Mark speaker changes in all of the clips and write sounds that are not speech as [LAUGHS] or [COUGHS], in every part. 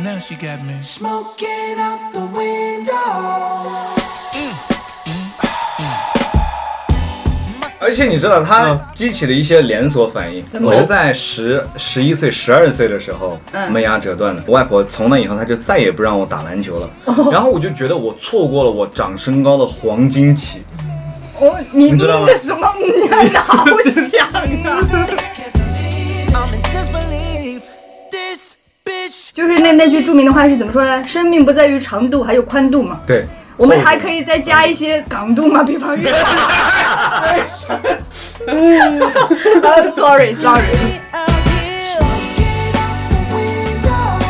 Speaker 1: now she got me.
Speaker 2: Smoking out the window.
Speaker 3: 而且你知道，它激起了一些连锁反应。我是在十十一岁、十二岁的时候
Speaker 4: 嗯
Speaker 3: 门牙折断的。我外婆从那以后，她就再也不让我打篮球了。
Speaker 4: 哦
Speaker 3: 然后我就觉得我错过了我长身高的黄金期。
Speaker 4: 我你
Speaker 3: 你知道吗
Speaker 4: 嗯的什么？你还好想啊的，
Speaker 2: I'm in disbelief. This bitch.
Speaker 4: 就是那那句著名的话是怎么说呢？生命不在于长度，还有宽度嘛。
Speaker 3: 对，
Speaker 4: 我们还可以再加一些港度嘛，比方 [LAUGHS] 说。sorry sorry。
Speaker 2: Smoking out the window.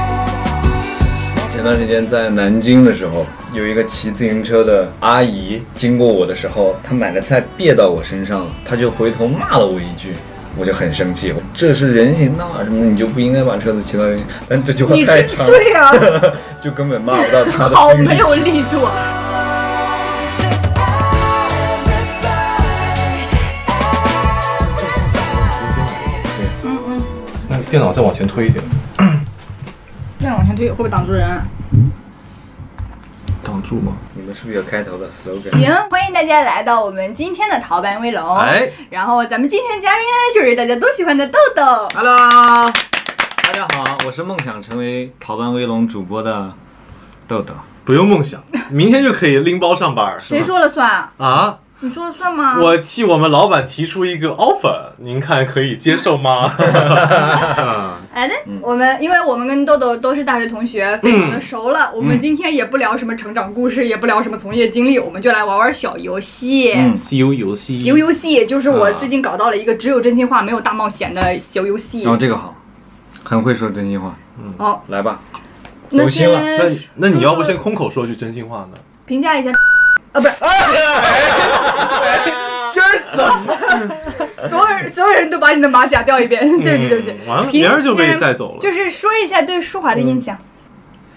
Speaker 3: 前段时间在南京的时候，有一个骑自行车的阿姨经过我的时候，她买的菜别到我身上了，她就回头骂了我一句。我就很生气，这是人行道啊什么的，你就不应该把车子骑到人行。但这句话
Speaker 4: [LAUGHS] 你
Speaker 3: 太
Speaker 4: 这
Speaker 3: 长，
Speaker 4: 对呀、
Speaker 3: [LAUGHS] 就根本骂不到她的
Speaker 4: 好
Speaker 3: 心
Speaker 4: 没
Speaker 3: 里。
Speaker 4: 有力度啊！
Speaker 2: To everybody.
Speaker 4: 嗯
Speaker 5: 那电脑再往前推一点，
Speaker 4: 这样往前推会不会挡住人、啊？
Speaker 5: 挡住吗？
Speaker 3: 你们是不是有开头的 slogan？
Speaker 4: 行，欢迎大家来到我们今天的逃班威龙。
Speaker 3: 哎，
Speaker 4: 然后咱们今天的嘉宾呢，就是大家都喜欢的豆豆。
Speaker 5: 啊
Speaker 3: Hello，大家好，我是梦想成为逃班威龙主播的豆豆。
Speaker 5: 不用梦想，明天就可以拎包上班儿
Speaker 4: 谁说了算啊？
Speaker 5: 啊！
Speaker 4: 你说了算吗？
Speaker 5: 我替我们老板提出一个 offer，您看可以接
Speaker 4: [LAUGHS]
Speaker 5: 受吗？
Speaker 4: 哎，那、
Speaker 3: 嗯
Speaker 4: 我们因为我们跟豆豆都是大学同学，非常的熟了。我
Speaker 3: 嗯
Speaker 4: 们今天也不聊什么成长故事，也不聊什么从业经历，我们就来玩玩小游戏。
Speaker 3: 嗯啊
Speaker 6: 西游游戏
Speaker 4: 小游戏就是我最近搞到了一个只有真心话没有大冒险的小游戏。
Speaker 3: 哦，这个好，很会说真心话。
Speaker 4: 哦，
Speaker 3: 来吧，
Speaker 4: 那
Speaker 3: 走心了
Speaker 5: 那
Speaker 4: 先
Speaker 5: 那你要不先空口说句真心话呢？
Speaker 4: 评价一下，啊
Speaker 3: [LAUGHS] 哎
Speaker 5: 今儿怎么？
Speaker 4: [LAUGHS] 所有人所有人都把你的马甲掉一遍。 [LAUGHS]
Speaker 3: 嗯
Speaker 4: 对不起，对不起，
Speaker 5: 嗯完了，
Speaker 4: 评
Speaker 5: 明儿就被带走了。
Speaker 4: 就是说一下对舒华的印
Speaker 3: 嗯
Speaker 4: 象，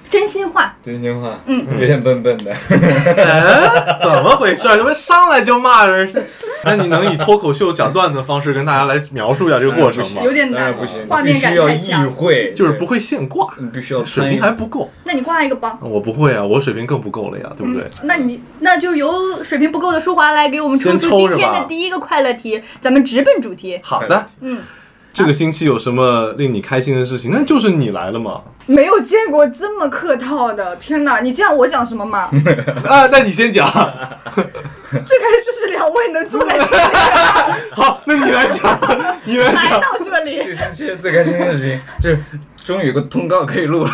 Speaker 4: 真心话。
Speaker 3: 真心话，
Speaker 4: 嗯，
Speaker 3: 有点笨笨的。
Speaker 5: 哎，怎么回事？怎么上来就骂人？ [LAUGHS] 那你能以脱口秀讲段子的方式跟大家来描述一下这个过程吗
Speaker 4: 有？点
Speaker 3: 当然
Speaker 4: 难，
Speaker 3: 不行，
Speaker 4: 嗯画
Speaker 3: 必
Speaker 4: 面感
Speaker 3: 须要
Speaker 4: 太
Speaker 3: 意
Speaker 4: 强。
Speaker 3: 会，
Speaker 5: 就是不，会现挂，
Speaker 3: 你必须要
Speaker 5: 水
Speaker 3: 参与嗯
Speaker 5: 平。还不够。
Speaker 4: 那你挂一个吧。
Speaker 5: 我不会啊，我水平更不够了呀，对不对？
Speaker 4: 那你那就由水平不够的舒华来给我们抽
Speaker 5: 先
Speaker 4: 出
Speaker 5: 抽
Speaker 4: 今
Speaker 5: 是
Speaker 4: 天
Speaker 5: 吧
Speaker 4: 的第一个快乐题，咱们直奔主题。
Speaker 5: 好的，
Speaker 4: 嗯，
Speaker 5: 这个星期有什么令你开心的事情？那就是你来了嘛。
Speaker 4: 没有见过这么客套的，天哪！你这样我讲什么
Speaker 5: [LAUGHS]
Speaker 4: 嘛？
Speaker 5: 啊，那你先讲。
Speaker 4: 最开始就是两位能坐在这里
Speaker 5: 好，那你来讲， [LAUGHS] 你来
Speaker 4: 来
Speaker 5: 讲。
Speaker 4: 到这里，
Speaker 3: 这个星期最开心的事情就是终于有个通告可以录了。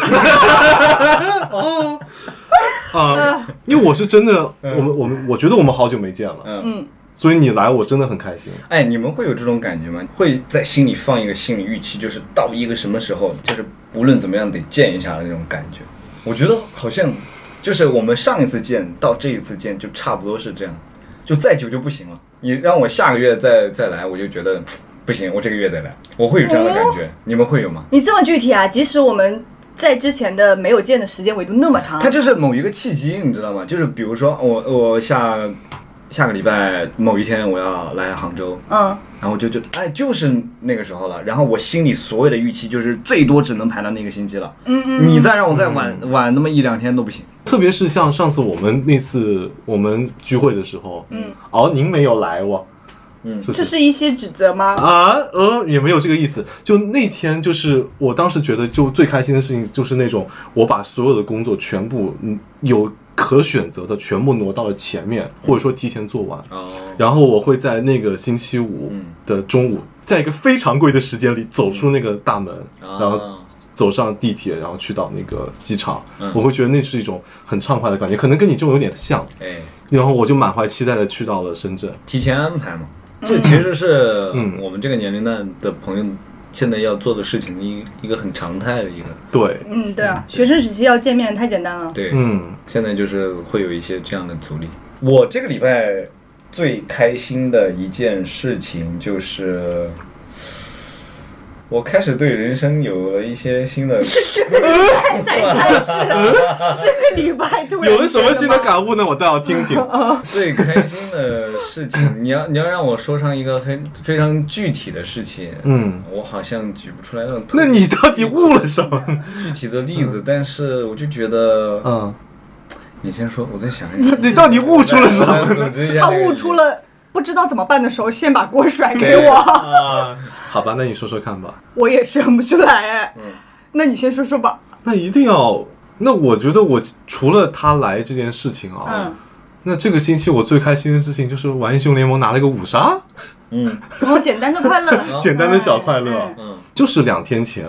Speaker 5: 啊，因为我是真的，我们我们我觉得我们好久没见了，
Speaker 3: 嗯，
Speaker 5: 所以你来我真的很开心。
Speaker 3: 哎，你们会有这种感觉吗？会在心里放一个心理预期，就是到一个什么时候，就是无论怎么样得见一下的那种感觉。我觉得好像就是我们上一次见到这一次见就差不多是这样，就再久就不行了。你让我下个月再再来，我就觉得不行，我这个月得来，我会有这样的感觉。你们会有吗？
Speaker 4: 你这么具体啊？即使我们在之前的没有见的时间维度那么长
Speaker 3: 它，就是某一个契机，你知道吗？就是比如说我我下下个礼拜某一天我要来杭州，
Speaker 4: 嗯，
Speaker 3: 然后我就就哎就是那个时候了，然后我心里所有的预期就是最多只能排到那个星期了，嗯嗯，你再让我再晚、晚那么一两天都不行，
Speaker 5: 特别是像上次我们那次我们聚会的时候，嗯，哦，您没有来我，嗯，是不
Speaker 4: 这
Speaker 5: 是
Speaker 4: 是一些指责吗？
Speaker 5: 啊，呃，也没有这个意思。就那天，就是我当时觉得，就最开心的事情，就是那种我把所有的工作全部，嗯，有可选择的全部挪到了前面，或者说提前做完。
Speaker 3: 哦，
Speaker 5: 然后我会在那个星期五的中午，在一个非常规的时间里走出那个大门，
Speaker 3: 嗯哦
Speaker 5: 然后走上地铁，然后去到那个机场。我会觉得那是一种很畅快的感觉，可能跟你这种有点像。
Speaker 3: 哎，
Speaker 5: 然后我就满怀期待的去到了深圳。
Speaker 3: 提前安排嘛，这其实是
Speaker 5: 嗯
Speaker 3: 我们这个年龄段的朋友现在要做的事情一一个很常态的一个，
Speaker 5: 对，
Speaker 4: 嗯，对啊，学生时期要见面太简单
Speaker 5: [LAUGHS]
Speaker 4: 了。
Speaker 3: 对，
Speaker 5: 嗯，
Speaker 3: 现在就是会有一些这样的阻力。我这个礼拜最开心的一件事情就是，我开始对人生有了一些新的，
Speaker 1: 是这个礼拜才开始的，是这个礼拜突然
Speaker 5: 有了什么新的
Speaker 1: 觉得吗？
Speaker 5: 感悟呢？我倒要听听。
Speaker 3: 最开心的事情。你要你要让我说上一个很非常具体的事情，
Speaker 5: 嗯，
Speaker 3: 我好像举不出来那种特
Speaker 5: 那你到底悟了什么？
Speaker 3: 具体的例子，但是我就觉得，
Speaker 5: 嗯，
Speaker 3: 你先说，我再想一想。
Speaker 5: [LAUGHS] 你到底悟出了什么
Speaker 3: 我来组织一下
Speaker 4: 他
Speaker 3: 这个
Speaker 4: 悟
Speaker 3: 语
Speaker 4: 出
Speaker 3: 言
Speaker 4: 了不知道怎么办的时候，先把锅甩给我， [LAUGHS]
Speaker 5: 啊？好吧，那你说说看吧。
Speaker 4: 我也选不出来哎。那你先说说吧。
Speaker 5: 那一定要，那我觉得我除了他来这件事情啊，
Speaker 4: 嗯，
Speaker 5: 那这个星期我最开心的事情就是玩英雄联盟拿了一个五杀，
Speaker 4: 然后简单的快乐。
Speaker 5: 简单的小快乐。
Speaker 4: 嗯
Speaker 3: 嗯
Speaker 5: 就是两天前，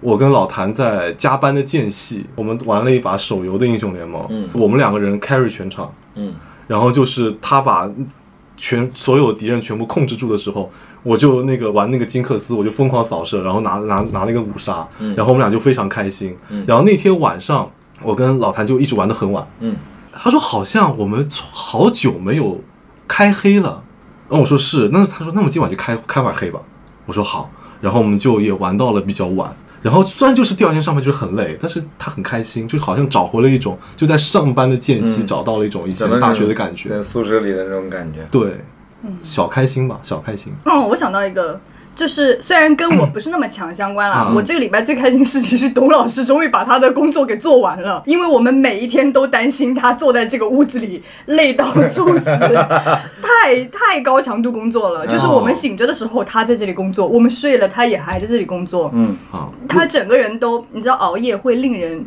Speaker 5: 我跟老谭在加班的间隙，我们玩了一把手游的英雄联盟，
Speaker 3: 嗯
Speaker 5: 我们两个人 carry 全场，
Speaker 3: 嗯
Speaker 5: 然后就是他把全所有敌人全部控制住的时候，我就那个玩那个金克斯，我就疯狂扫射，然后拿拿拿了一个五杀，
Speaker 3: 嗯
Speaker 5: 然后我们俩就非常开心。
Speaker 3: 嗯
Speaker 5: 然后那天晚上，我跟老谭就一直玩的很晚，
Speaker 3: 嗯
Speaker 5: 他说好像我们从好久没有开黑了。然后我说是，那他说那我们今晚就开开会黑吧。我说好，然后我们就也玩到了比较晚。然后虽然就是第二天上班就是很累，但是他很开心，就是好像找回了一种就在上班的间隙
Speaker 3: 嗯
Speaker 5: 找到了一种以
Speaker 3: 找
Speaker 5: 前
Speaker 3: 到那
Speaker 5: 大
Speaker 3: 种
Speaker 5: 学的感觉。
Speaker 3: 在宿舍里的那种感觉。
Speaker 5: 对，小开心吧，小开心。
Speaker 4: 哦，我想到一个，就是虽然跟我不是那么强相关啦，
Speaker 5: 嗯
Speaker 4: 我这个礼拜最开心的事情是董老师终于把他的工作给做完了，因为我们每一天都担心他坐在这个屋子里累到猝死，太太高强度工作了。就是我们醒着的时候他在这里工作，我们睡了他也还在这里工作，
Speaker 3: 嗯，
Speaker 5: 啊，
Speaker 4: 他整个人都你知道熬夜会令人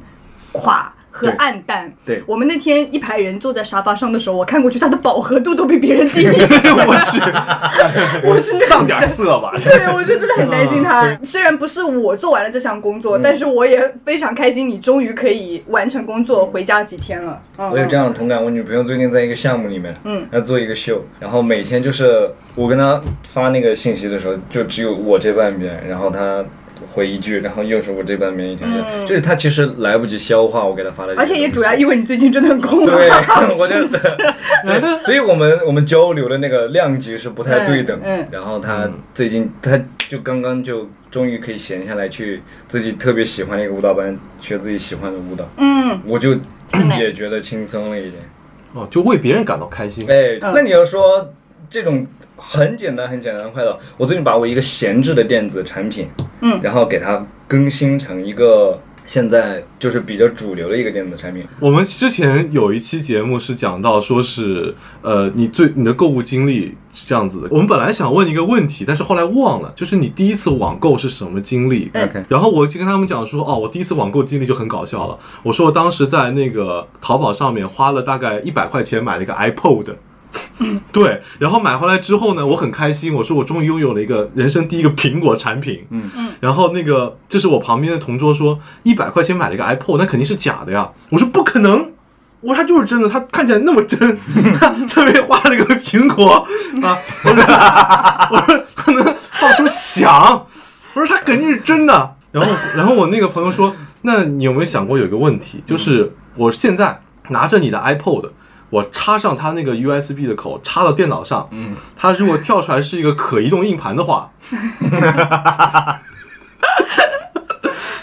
Speaker 4: 垮。和
Speaker 3: 对
Speaker 4: 暗淡。
Speaker 3: 对
Speaker 4: 我们那天一排人坐在沙发上的时候，我看过去，他的饱和度都比别人低 [LAUGHS] 一些。
Speaker 5: [LAUGHS] 我去， [LAUGHS] 我真的上点色吧。
Speaker 4: 对，我觉得真的很担心
Speaker 3: 啊
Speaker 4: 他。虽然不是我做完了这项工作，
Speaker 3: 嗯
Speaker 4: 但是我也非常开心，你终于可以完成工作，回家几天了。嗯
Speaker 3: 我有这样的同感。我女朋友最近在一个项目里面，
Speaker 4: 嗯，
Speaker 3: 要做一个秀，然后每天就是我跟她发那个信息的时候，就只有我这半边，然后她回一句，然后又是我这半边一条线，就是她其实来不及消化我给她发的这个
Speaker 4: 嗯
Speaker 3: 东
Speaker 4: 而
Speaker 3: 西，
Speaker 4: 且也
Speaker 3: [LAUGHS]
Speaker 4: 主要因为你最近真的很空啊嗯嘛， [LAUGHS]
Speaker 3: 对，我就对，所以我们我们交流的那个量级是不太对等。
Speaker 4: 嗯嗯
Speaker 3: 然后他最近他就刚刚就终于可以闲下来去自己特别喜欢的一个舞蹈班学自己喜欢的舞蹈，
Speaker 4: 嗯，
Speaker 3: 我就
Speaker 4: 呢
Speaker 3: 也觉得轻松了一点。
Speaker 5: 哦，就为别人感到开心。
Speaker 3: 哎，
Speaker 4: 嗯
Speaker 3: 那你要说这种很简单、很简单的快乐，我最近把我一个闲置的电子产品，
Speaker 4: 嗯
Speaker 3: 然后给它更新成一个现在就是比较主流的一个电子产品，
Speaker 5: 我们之前有一期节目是讲到，说是呃，你最你的购物经历是这样子的。我们本来想问一个问题，但是后来忘了，就是你第一次网购是什么经历？
Speaker 4: 嗯
Speaker 3: OK
Speaker 5: 然后我就跟他们讲说，哦，我第一次网购经历就很搞笑了。我说我当时在那个淘宝上面花了大概一百块钱买了一个 iPod。对，然后买回来之后呢，我很开心，我说我终于拥有了一个人生第一个苹果产品。嗯嗯。然后那个，这是我旁边的同桌说，一百块钱买了一个 iPod，那肯定是假的呀。我说不可能。我说它就是真的，它看起来那么真， [LAUGHS] 它上面画了个苹果啊！我说，我说它能放出响，我说它肯定是真的。然后，然后我那个朋友说，那你有没有想过有一个问题，就是我现在拿着你的 iPod，我插上它那个 USB 的口，插到电脑上，嗯，它如果跳出来是一个可移动硬盘的话，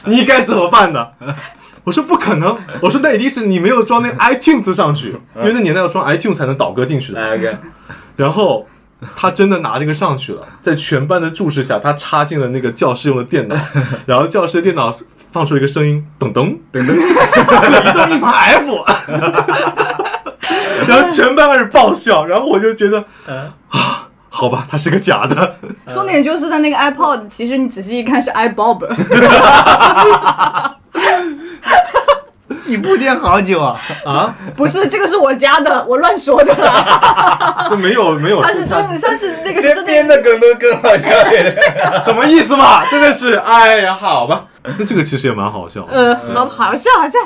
Speaker 5: 你该怎么办呢？我说不可能，我说那一定是你没有装那个 iTunes 上去，因为那年代要装 iTunes 才能导歌进去的。
Speaker 3: OK，
Speaker 5: 然后他真的拿这个上去
Speaker 6: [LAUGHS]
Speaker 5: 了，在全班的注视下，他插进了那个教室用的
Speaker 6: [LAUGHS]
Speaker 5: 电脑，然后教室的电脑放出一个声音，噔噔噔噔，移动硬
Speaker 6: [LAUGHS]
Speaker 5: 盘 F，然后全班开始爆笑，然后我就觉得
Speaker 6: 嗯
Speaker 5: 啊，好吧，它是个假的，
Speaker 4: 重点就是他那个 iPod，其实你仔细一看是 iBob，
Speaker 6: 你铺垫好久啊！
Speaker 4: 不是这个是我家的，我乱说的啦， [LAUGHS]
Speaker 5: 就没有没有，
Speaker 4: 他是真的，他是那个 [LAUGHS] 是
Speaker 3: 这
Speaker 4: 真
Speaker 3: 编的
Speaker 4: 的。
Speaker 3: 梗都更好笑一点。
Speaker 5: [LAUGHS] 什么意思嘛？真的是，哎呀，好吧，那这个其实也蛮好笑的。
Speaker 4: 呃，好好笑，好笑，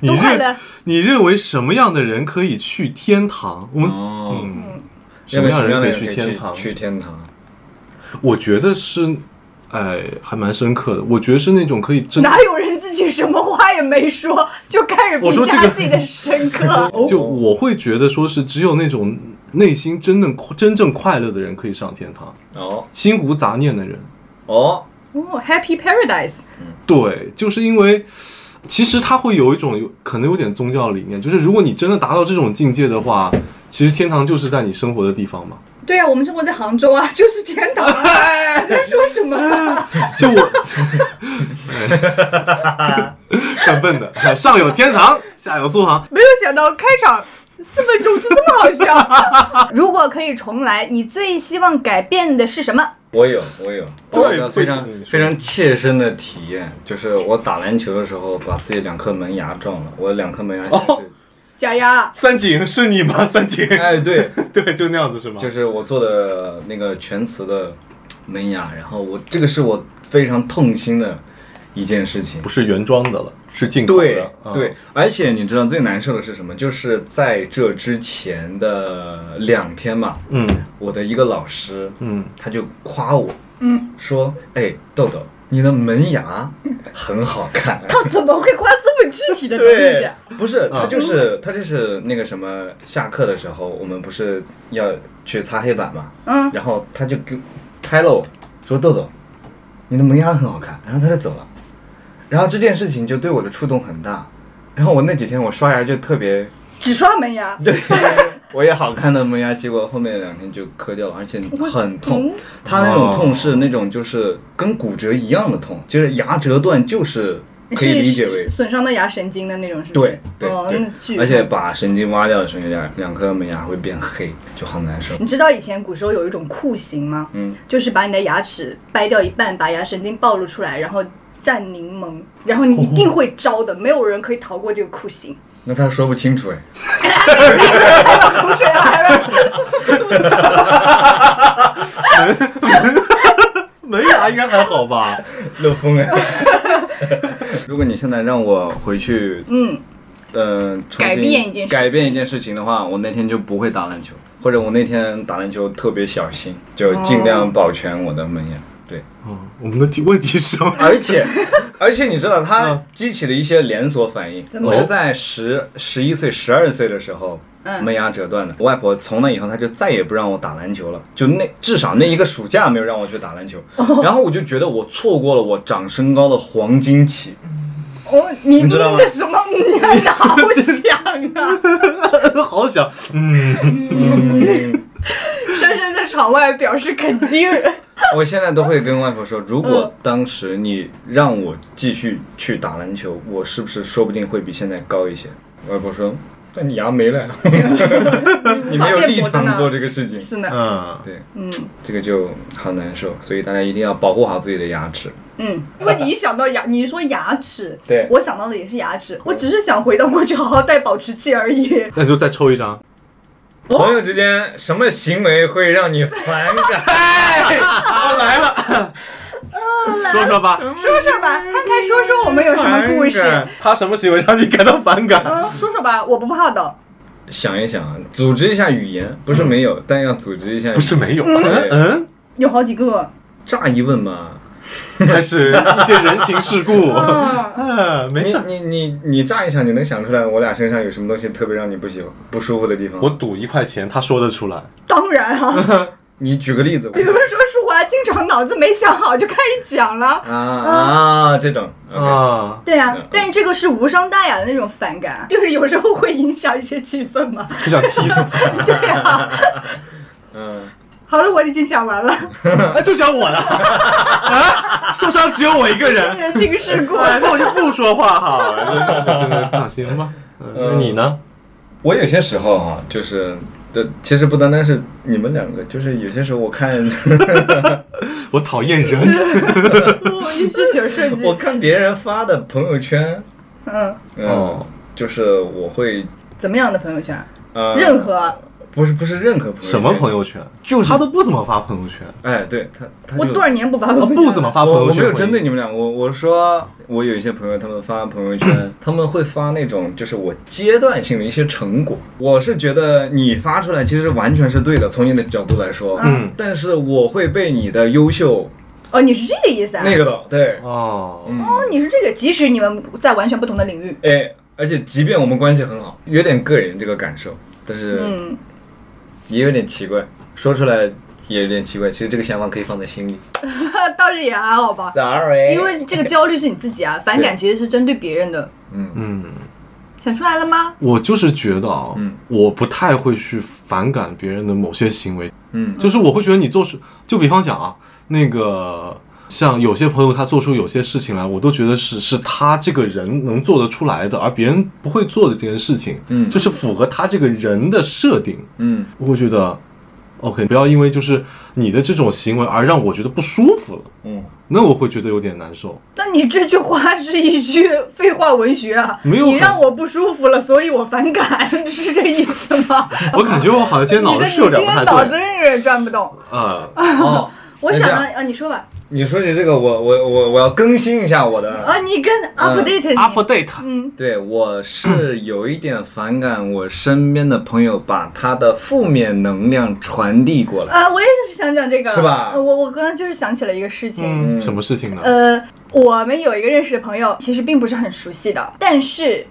Speaker 5: 你
Speaker 4: 多快乐
Speaker 5: 认你认为什么样的人可以去天堂？我们、
Speaker 3: 哦， [LAUGHS]
Speaker 5: 嗯，什
Speaker 3: 认
Speaker 5: 么
Speaker 3: 为
Speaker 5: 样
Speaker 3: 什
Speaker 5: 的
Speaker 3: 么样
Speaker 5: 人
Speaker 3: 的
Speaker 5: 可
Speaker 3: 人
Speaker 5: 以去
Speaker 3: 可以
Speaker 5: 天
Speaker 3: 去
Speaker 5: 堂？
Speaker 3: 去天堂？
Speaker 5: 我觉得是，哎，还蛮深刻的。我觉得是那种可以真，
Speaker 4: [LAUGHS] 哪有人自己什么话也没说就开始
Speaker 5: 我说
Speaker 4: 评价
Speaker 5: 这个
Speaker 4: 自己的深刻？
Speaker 5: 就我会觉得说是只有那种内心真正真正快乐的人可以上天堂，
Speaker 3: 哦
Speaker 5: 心无杂念的人。
Speaker 3: 哦，
Speaker 4: [LAUGHS] 哦，Happy Paradise，
Speaker 5: 对，就是因为其实它会有一种有可能有点宗教理念，就是如果你真的达到这种境界的话，其实天堂就是在你生活的地方嘛。
Speaker 4: 对啊，我们生活在杭州啊，就是天堂
Speaker 3: [LAUGHS]
Speaker 4: 啊，你在说什么啊？
Speaker 5: 就我， [LAUGHS] 干笨的，哎上有天堂，下有苏杭。
Speaker 4: 没有想到开场四分钟就这么好
Speaker 3: [LAUGHS]
Speaker 4: 笑。如果可以重来，你最希望改变的是什么？
Speaker 3: 我有，我有，
Speaker 5: 对
Speaker 3: 我有一个非常
Speaker 5: 会这么说
Speaker 3: 非常切身的体验，就是我打篮球的时候把自己两颗门牙撞了，我两颗门牙现在是，
Speaker 5: 哦
Speaker 4: 加压，
Speaker 5: 三井是你吗？三井，
Speaker 3: 哎，对，
Speaker 5: [LAUGHS] 对，就那样子是吗？
Speaker 3: 就是我做的那个全瓷的门牙，然后我这个是我非常痛心的一件事情
Speaker 5: 不。是原装的了，是进口的。
Speaker 3: 对
Speaker 5: 嗯
Speaker 3: 对，啊而且你知道最难受的是什么？就是在这之前的两天吧，
Speaker 5: 嗯
Speaker 3: 我的一个老师，
Speaker 5: 嗯，
Speaker 3: 他就夸我，
Speaker 4: 嗯，
Speaker 3: 说，哎，豆豆，你的门牙很好看。
Speaker 4: 他怎么会夸这么具体的东西啊？
Speaker 3: 不是他就是他就是那个什么，下课的时候我们不是要去擦黑板嘛，
Speaker 4: 嗯，
Speaker 3: 然后他就给拍了我说豆豆，你的门牙很好看，然后他就走了，然后这件事情就对我的触动很大，然后我那几天我刷牙就特别
Speaker 4: 只刷门牙，
Speaker 3: 对，我也好看的门牙，结果后面两天就磕掉了，而且很
Speaker 4: 嗯
Speaker 3: 痛。它那种痛是那种就是跟骨折一样的痛，就是牙折断就是可以理解
Speaker 4: 是
Speaker 3: 为
Speaker 4: 是损伤到牙神经的那种，是不
Speaker 3: 对
Speaker 4: 是？
Speaker 3: 对
Speaker 4: 哦，那
Speaker 3: 对，
Speaker 4: 巨痛
Speaker 3: 而且把神经挖掉的时候，两两颗门牙会变黑，就好难受。
Speaker 4: 你知道以前古时候有一种酷刑吗？
Speaker 3: 嗯，
Speaker 4: 就是把你的牙齿掰掉一半，把牙神经暴露出来，然后蘸柠檬，然后你一定会招的，没有人可以逃过这个酷刑。
Speaker 3: 那他说不清楚哎，
Speaker 4: 口水来了，
Speaker 5: 门牙应该还好吧？
Speaker 3: 漏风哎。如果你现在让我回去，
Speaker 4: 嗯，
Speaker 3: 呃，重新
Speaker 4: 改变一件事情
Speaker 3: 改变一件事情的话，我那天就不会打篮球，或者我那天打篮球特别小心，就
Speaker 4: 哦
Speaker 3: 尽量保全我的门牙。对，
Speaker 5: 嗯，我们的提问题是什么？
Speaker 3: 而且而且你知道，它激起了一些连锁反应。
Speaker 4: 怎么
Speaker 3: 我是在十十一岁、十二岁的时候。
Speaker 4: 嗯
Speaker 3: 门牙折断的，我外婆从那以后，她就再也不让我打篮球了，就那至少那一个暑假没有让我去打篮球，
Speaker 4: 哦
Speaker 3: 然后我就觉得我错过了我长身高的黄金期，
Speaker 4: 哦，你
Speaker 3: 你知道吗
Speaker 4: 嗯的什么？嗯你还好想
Speaker 3: [LAUGHS]
Speaker 4: 啊！
Speaker 5: 好想，
Speaker 4: 嗯
Speaker 3: 嗯
Speaker 4: 珊珊在场外表示肯定。
Speaker 3: 我现在都会跟外婆说，如
Speaker 4: 嗯
Speaker 3: 果当时你让我继续去打篮球，我是不是说不定会比现在高一些？外婆说，那你牙没了，
Speaker 4: [LAUGHS]
Speaker 3: 你没有立场做这个事情。
Speaker 4: 是呢，
Speaker 5: 嗯，
Speaker 3: 对，嗯，这个就好难受，所以大家一定要保护好自己的牙齿。
Speaker 4: 嗯，因为你一想到牙，你说牙齿，
Speaker 3: 对
Speaker 4: 我想到的也是牙齿，我只是想回到过去好好戴保持器
Speaker 3: [LAUGHS]
Speaker 4: 而已。
Speaker 5: 那就再抽一张。
Speaker 3: 朋友之间什么行为会让你反 [LAUGHS] 感？
Speaker 5: 说说吧，
Speaker 4: 说说吧，看看说说我们有什么故事。
Speaker 3: 反感
Speaker 5: 他什么行为让你感到反感？
Speaker 4: 嗯，说说吧，我不怕的。
Speaker 3: 想一想，组织一下语言，不是没有，但要组织一下语言。
Speaker 5: 不是没有，
Speaker 3: 对
Speaker 5: 嗯，
Speaker 4: 有好几个，
Speaker 3: 乍一问嘛，
Speaker 5: 开始一些人情世故。
Speaker 4: 嗯，
Speaker 5: 嗯，没
Speaker 3: 你
Speaker 5: 事，
Speaker 3: 你你你乍一想，你能想出来我俩身上有什么东西特别让你不喜欢、不舒服的地方？
Speaker 5: 我赌一块钱，他说得出来。
Speaker 4: 当然
Speaker 3: [LAUGHS]
Speaker 4: 啊，
Speaker 3: 你举个例子，
Speaker 5: 哎
Speaker 4: 比如说舒华经常脑子没想好就开始讲了。
Speaker 3: 啊啊这种，OK，
Speaker 5: 啊，
Speaker 4: 对啊
Speaker 3: 嗯，
Speaker 4: 但是这个是无伤大雅的那种反感，就是有时候会影响一些气氛嘛。
Speaker 5: 就想踢死他。
Speaker 4: 对啊，
Speaker 3: 嗯，
Speaker 4: 好了，我已经讲完了，
Speaker 5: 啊，就讲我了。啊，受伤只有我一个
Speaker 3: 啊
Speaker 5: 人。
Speaker 4: 人情
Speaker 3: [LAUGHS]
Speaker 4: 世故。
Speaker 5: [LAUGHS] 哎，那我就不说话好了，真的放心吧。嗯那你呢？
Speaker 3: 我有些时候哈、就是。这其实不单单是你们两个，就是有些时候我 [LAUGHS] 看，
Speaker 5: 我讨厌人，
Speaker 4: 你是学设计
Speaker 3: 我，看别人发的朋友圈，
Speaker 4: 嗯，
Speaker 3: 嗯，
Speaker 5: 哦
Speaker 3: 就是我会，
Speaker 4: 怎么样的朋友圈？
Speaker 3: 呃，
Speaker 4: 任何，
Speaker 3: 不是不是任何朋友圈，
Speaker 5: 什么朋友圈？就是他都不怎么发朋友圈，
Speaker 3: 哎，对他，他
Speaker 4: 我
Speaker 3: 就哦
Speaker 4: 多少年不发朋
Speaker 5: 他
Speaker 4: 友圈了？
Speaker 5: 不怎么发朋
Speaker 3: 我
Speaker 5: 友
Speaker 3: 我
Speaker 5: 圈。
Speaker 3: 没有针对你们俩，我我说我有一些朋友，他们发朋友
Speaker 5: [CLEARS THROAT]
Speaker 3: 圈，他们会发那种就是我阶段性的一些成果。我是觉得你发出来其实完全是对的，从你的角度来说，
Speaker 5: 嗯
Speaker 3: 但是我会被你的优秀
Speaker 4: 哦，你是这个意思啊？
Speaker 3: 那个的，对，
Speaker 5: 哦，
Speaker 4: 哦，你是这个，即使你们在完全不同的领域，
Speaker 3: 哎，而且即便我们关系很好，有点个人这个感受，但是
Speaker 4: 嗯，
Speaker 3: 也有点奇怪，说出来也有点奇怪。其实这个想法可以放在心里。
Speaker 4: [LAUGHS] 倒是也还好吧，
Speaker 3: Sorry，
Speaker 4: 因为这个焦虑是你自己啊，反感其实是针对别人的。
Speaker 5: 嗯，
Speaker 4: 想出来了吗？
Speaker 5: 我就是觉得啊，
Speaker 3: 嗯
Speaker 5: 我不太会去反感别人的某些行为，
Speaker 3: 嗯
Speaker 5: 就是我会觉得你做出，就比方讲啊，那个像有些朋友他做出有些事情来，我都觉得是是他这个人能做得出来的，而别人不会做的这件事情，
Speaker 3: 嗯
Speaker 5: 就是符合他这个人的设定，
Speaker 3: 嗯
Speaker 5: 我会觉得，OK，不要因为就是你的这种行为而让我觉得不舒服了，
Speaker 3: 嗯，
Speaker 5: 那我会觉得有点难受。
Speaker 4: [LAUGHS] 那你这句话是一句废话文学啊！
Speaker 5: 没有
Speaker 4: 你
Speaker 5: 很
Speaker 4: 让我不舒服了，所以我反感，是这意思吗？
Speaker 5: 我感觉我好像今
Speaker 4: [LAUGHS]
Speaker 5: 天
Speaker 4: 你
Speaker 5: 脑
Speaker 4: 的
Speaker 5: 子
Speaker 4: 你
Speaker 5: 是有
Speaker 4: 今
Speaker 5: 点不
Speaker 4: 天
Speaker 5: 太
Speaker 4: 脑子
Speaker 5: 对
Speaker 4: 是转不动。
Speaker 5: 啊、
Speaker 3: 哦，
Speaker 4: 我想
Speaker 3: 那
Speaker 4: 呢
Speaker 3: 这，
Speaker 4: 啊，你说吧。
Speaker 3: 你说起这个，我我我我要更新一下我的。
Speaker 4: 啊，你跟 update [LAUGHS] 你、
Speaker 6: update
Speaker 4: 嗯，
Speaker 3: 对，我是有一点反感我身边的朋友把他的负面能量传递过来。
Speaker 4: 啊，我也是嗯想讲这个，
Speaker 3: 是吧
Speaker 4: 呃我我刚刚就是想起了一个事情，
Speaker 5: 什么事情呢？
Speaker 4: 呃，我们有一个认识的朋友，其实并不是很熟悉的，但是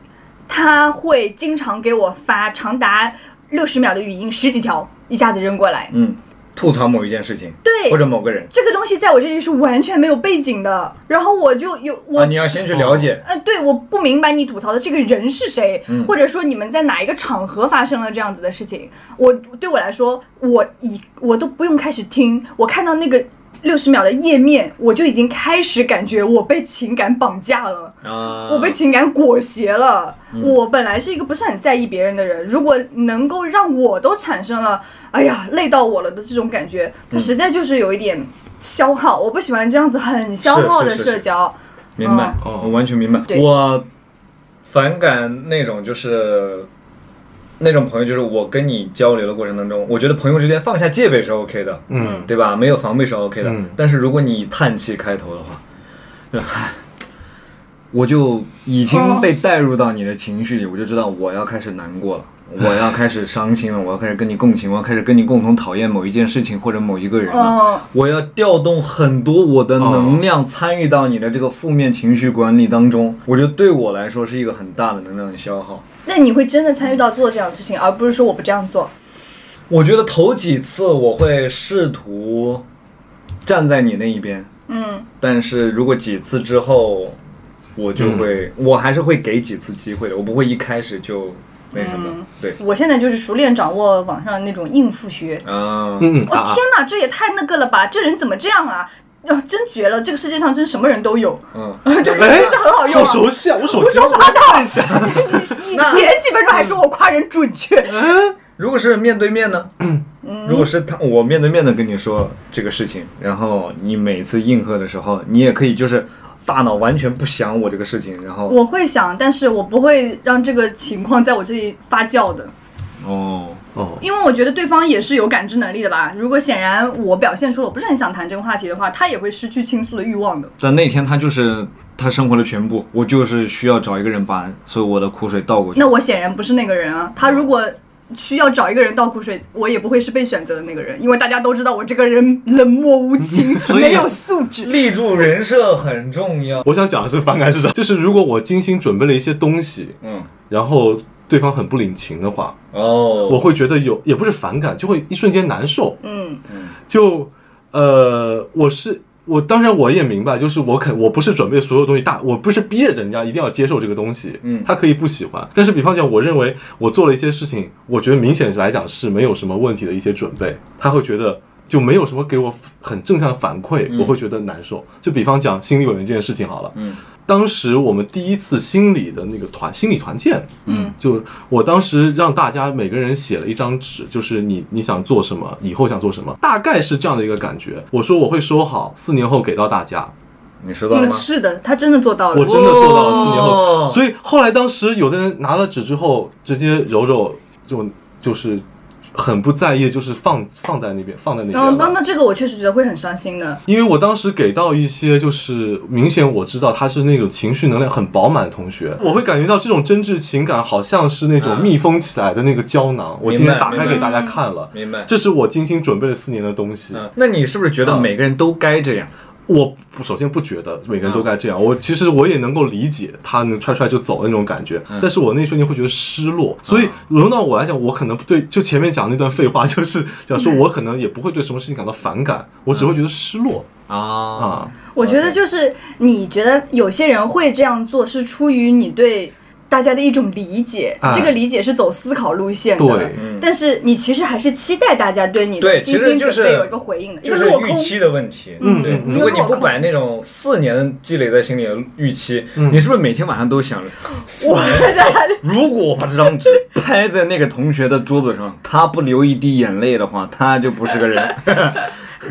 Speaker 4: 他会经常给我发长达六十秒的语音，十几条一下子扔过来，
Speaker 3: 嗯，吐槽某一件事情，
Speaker 4: 对
Speaker 3: 或者某个人
Speaker 4: 这个东西在我这里是完全没有背景的，然后我就有我
Speaker 3: 啊，你要先去了解。
Speaker 4: 呃，对，我不明白你吐槽的这个人是谁，
Speaker 3: 嗯
Speaker 4: 或者说你们在哪一个场合发生了这样子的事情。我对我来说，我已我都不用开始听，我看到那个六十秒的页面，我就已经开始感觉我被情感绑架了。
Speaker 3: 啊，
Speaker 4: 我被情感裹挟了。
Speaker 3: 嗯
Speaker 4: 我本来是一个不是很在意别人的人，如果能够让我都产生了“哎呀，累到我了”的这种感觉，
Speaker 3: 嗯
Speaker 4: 它实在就是有一点消耗。我不喜欢这样子很消
Speaker 3: 是
Speaker 4: 耗
Speaker 3: 是
Speaker 4: 的
Speaker 3: 是
Speaker 4: 社
Speaker 3: 是
Speaker 4: 交。
Speaker 3: 明白，
Speaker 5: 哦
Speaker 3: 我完全明白。
Speaker 4: 对
Speaker 3: 我反感那种就是那种朋友，就是我跟你交流的过程当中，我觉得朋友之间放下戒备是 OK 的，
Speaker 5: 嗯，
Speaker 3: 对吧？没有防备是 OK 的。
Speaker 5: 嗯
Speaker 3: 但是如果你以叹气开头的话，就唉 [SIGHS] 我就已经被带入到你的情绪里，我就知道我要开始难
Speaker 5: [LAUGHS]
Speaker 3: 过了。我要开始伤心了，我要开始跟你共情，我要开始跟你共同讨厌某一件事情或者某一个人了。
Speaker 4: 嗯，
Speaker 3: 我要调动很多我的能量参与到你的这个负面情绪管理当中，我觉得对我来说是一个很大的能量的消耗。
Speaker 4: 那你会真的参与到做这样的事情，而不是说我不这样做。
Speaker 3: 我觉得头几次我会试图站在你那一边，
Speaker 4: 嗯，
Speaker 3: 但是如果几次之后，我就会，我还是会给几次机会的，我不会一开始就那什么。对，
Speaker 4: 我现在就是熟练掌握网上那种应付学。
Speaker 3: 啊、
Speaker 5: 嗯嗯
Speaker 4: 哦
Speaker 5: 啊，啊
Speaker 4: 天哪，这也太那个了吧！这人怎么这样啊？呃真绝了，这个世界上真什么人都有。
Speaker 3: 嗯，
Speaker 5: 哎，
Speaker 4: 是很好用啊
Speaker 5: 好熟悉啊！我手机我看
Speaker 4: [LAUGHS]
Speaker 5: 一下，
Speaker 4: 你你前几分钟还说我夸人准确，
Speaker 3: 如果是面对面呢？
Speaker 4: 嗯
Speaker 3: 如果是他，我面对面的跟你说这个事情，然后你每次应和的时候，你也可以就是大脑完全不想我这个事情，然后
Speaker 4: 我会想，但是我不会让这个情况在我这里发酵的，
Speaker 3: 哦，
Speaker 5: 哦，
Speaker 4: 因为我觉得对方也是有感知能力的吧。如果显然我表现出了我不是很想谈这个话题的话，他也会失去倾诉的欲望的。
Speaker 3: 但那天他就是他生活的全部，我就是需要找一个人把所有我的苦水倒过去。
Speaker 4: 那我显然不是那个人啊。他如果需要找一个人倒苦水，我也不会是被选择的那个人，因为大家都知道我这个人冷漠无情，没有素质。
Speaker 3: 立住人设很重要。
Speaker 5: 我想讲的是反感是啥？就是如果我精心准备了一些东西，
Speaker 3: 嗯，
Speaker 5: 然后对方很不领情的话，
Speaker 3: 哦，
Speaker 5: 我会觉得有，也不是反感，就会一瞬间难受。
Speaker 4: 嗯，
Speaker 5: 就呃，我是我，当然我也明白，就是我肯我不是准备所有东西大，我不是逼着人家一定要接受这个东西，
Speaker 3: 嗯
Speaker 5: 他可以不喜欢。但是比方讲，我认为我做了一些事情，我觉得明显来讲是没有什么问题的一些准备，他会觉得。就没有什么给我很正向的反馈，我会觉得难受。就比方讲心理委员这件事情好了，
Speaker 3: 嗯，
Speaker 5: 当时我们第一次心理的那个团心理团建，嗯，就我当时让大家每个人写了一张纸，就是你你想做什么，以后想做什么，大概是这样的一个感觉。我说我会收好，四年后给到大家，
Speaker 3: 你收到了吗？
Speaker 4: 嗯是的，他真的做到
Speaker 5: 我
Speaker 4: 了。
Speaker 5: 真的做到了
Speaker 3: 哦
Speaker 5: 四年后。所以后来当时有的人拿了纸之后，直接揉揉就就是很不在意，就是放放在那边放在那边
Speaker 4: 然后
Speaker 5: 了。
Speaker 4: 那那这个我确实觉得会很伤心的。
Speaker 5: 因为我当时给到一些就是明显我知道他是那种情绪能量很饱满的同学，我会感觉到这种真挚情感好像是那种
Speaker 3: 嗯
Speaker 5: 密封起来的那个胶囊，我今天打开给大家看了，
Speaker 3: 明白。
Speaker 5: 这是我精心准备了四年的东西。
Speaker 3: 嗯嗯，那你是不是觉得
Speaker 5: 嗯
Speaker 3: 每个人都该这样？
Speaker 5: 我不首先不觉得每个人都该这样，我其实我也能够理解他能踹出来就走的那种感觉，但是我那一瞬间会觉得失落。所以轮到我来讲，我可能对就前面讲那段废话，就是讲说我可能也不会对什么事情感到反感，我只会觉得失落
Speaker 3: 嗯
Speaker 7: 啊，
Speaker 5: 啊。
Speaker 4: 我觉得就是你觉得有些人会这样做，是出于你对大家的一种理解，
Speaker 5: 哎
Speaker 4: 这个理解是走思考路线的。
Speaker 5: 对
Speaker 4: 但是你其实还是期待大家对你
Speaker 3: 嗯
Speaker 4: 的
Speaker 3: 对
Speaker 4: 精
Speaker 3: 其
Speaker 4: 心
Speaker 3: 实就
Speaker 4: 准
Speaker 3: 是
Speaker 4: 备有一个回应的，一
Speaker 3: 就
Speaker 4: 个
Speaker 3: 是
Speaker 4: 落
Speaker 3: 预
Speaker 4: 空。
Speaker 3: 期的问题。
Speaker 5: 嗯
Speaker 3: 对
Speaker 5: 嗯，嗯
Speaker 3: 如果你不摆那种四年积累在心里的预期，
Speaker 5: 嗯
Speaker 3: 你是不是每天晚上都想着，
Speaker 4: 哦
Speaker 3: 四年之后如果我把这张纸拍在那个同学的桌子上，他不流一滴眼泪的话，他就不是个
Speaker 5: [LAUGHS]
Speaker 3: 人。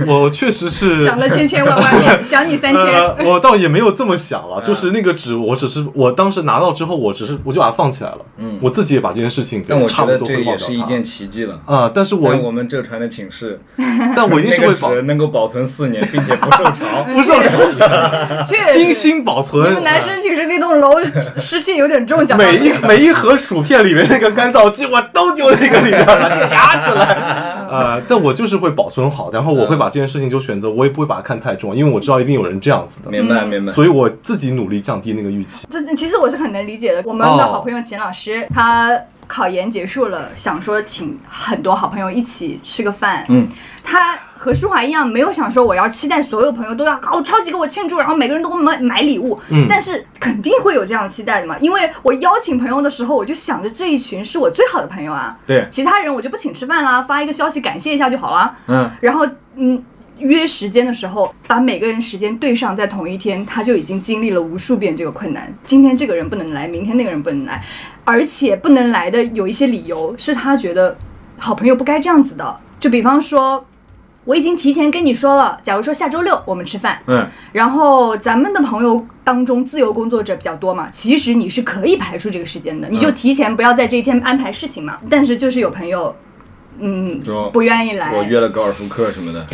Speaker 5: 我确实是
Speaker 4: 想了千千万万遍，想你三千。
Speaker 5: [LAUGHS] 呃，我倒也没有这么想
Speaker 3: 嗯
Speaker 5: 了，就是那个纸，我只是我当时拿到之后，我只是我就把它放起来了，嗯，我自己也把这件事情
Speaker 3: 但我
Speaker 5: 差
Speaker 3: 觉
Speaker 5: 不
Speaker 3: 得
Speaker 5: 多
Speaker 3: 这
Speaker 5: 汇报
Speaker 3: 也
Speaker 5: 到
Speaker 3: 是一
Speaker 5: 他
Speaker 3: 件奇迹了。
Speaker 5: 啊、但是
Speaker 3: 在
Speaker 5: 我
Speaker 3: 我们浙传的寝室，
Speaker 5: 但 [LAUGHS] 我一定
Speaker 3: 那
Speaker 5: 是
Speaker 3: 个
Speaker 5: 会保
Speaker 3: 纸能够保存四年，并且不受
Speaker 4: [LAUGHS]
Speaker 3: 潮。
Speaker 5: 不受
Speaker 4: 确
Speaker 5: 精
Speaker 4: 实，
Speaker 5: 心保
Speaker 4: 你
Speaker 5: 存。
Speaker 4: 们男生寝室那栋楼 [LAUGHS] 湿气有点重，讲道
Speaker 5: 每
Speaker 4: 理
Speaker 5: 一。每一盒薯片里面那个干燥剂，我都丢那个里面
Speaker 3: [LAUGHS]
Speaker 5: 了，夹起来。呃，但我就是会保存好，然后我会把这件事情就选择，我也不会把它看太重，因为我知道一定有人这样子的，
Speaker 3: 明白明白。
Speaker 5: 所以我自己努力降低那个预期。
Speaker 4: 这其实我是很能理解的。我们的好朋友钱老师，他考研结束了，想说请很多好朋友一起吃个饭。
Speaker 3: 嗯，
Speaker 4: 他和舒华一样，没有想说我要期待所有朋友都要哦超级给我庆祝，然后每个人都给我买买礼物。嗯，但是肯定会有这样的期待的嘛，因为我邀请朋友的时候，我就想着这一群是我最好的朋友啊。
Speaker 3: 对
Speaker 4: 其他人我就不请吃饭啦，发一个消息感谢一下就好啦。
Speaker 3: 嗯，
Speaker 4: 然后嗯。约时间的时候，把每个人时间对上，在同一天，他就已经经历了无数遍这个困难。今天这个人不能来，明天那个人不能来，而且不能来的有一些理由是他觉得好朋友不该这样子的。就比方说，我已经提前跟你说了，假如说下周六我们吃饭，
Speaker 3: 嗯，
Speaker 4: 然后咱们的朋友当中，自由工作者比较多嘛，其实你是可以排除这个时间的，你就提前不要在这一天安排事情嘛。
Speaker 3: 嗯
Speaker 4: 但是就是有朋友，嗯，
Speaker 3: 说
Speaker 4: 不愿意来，
Speaker 3: 我约了高尔夫课什么的，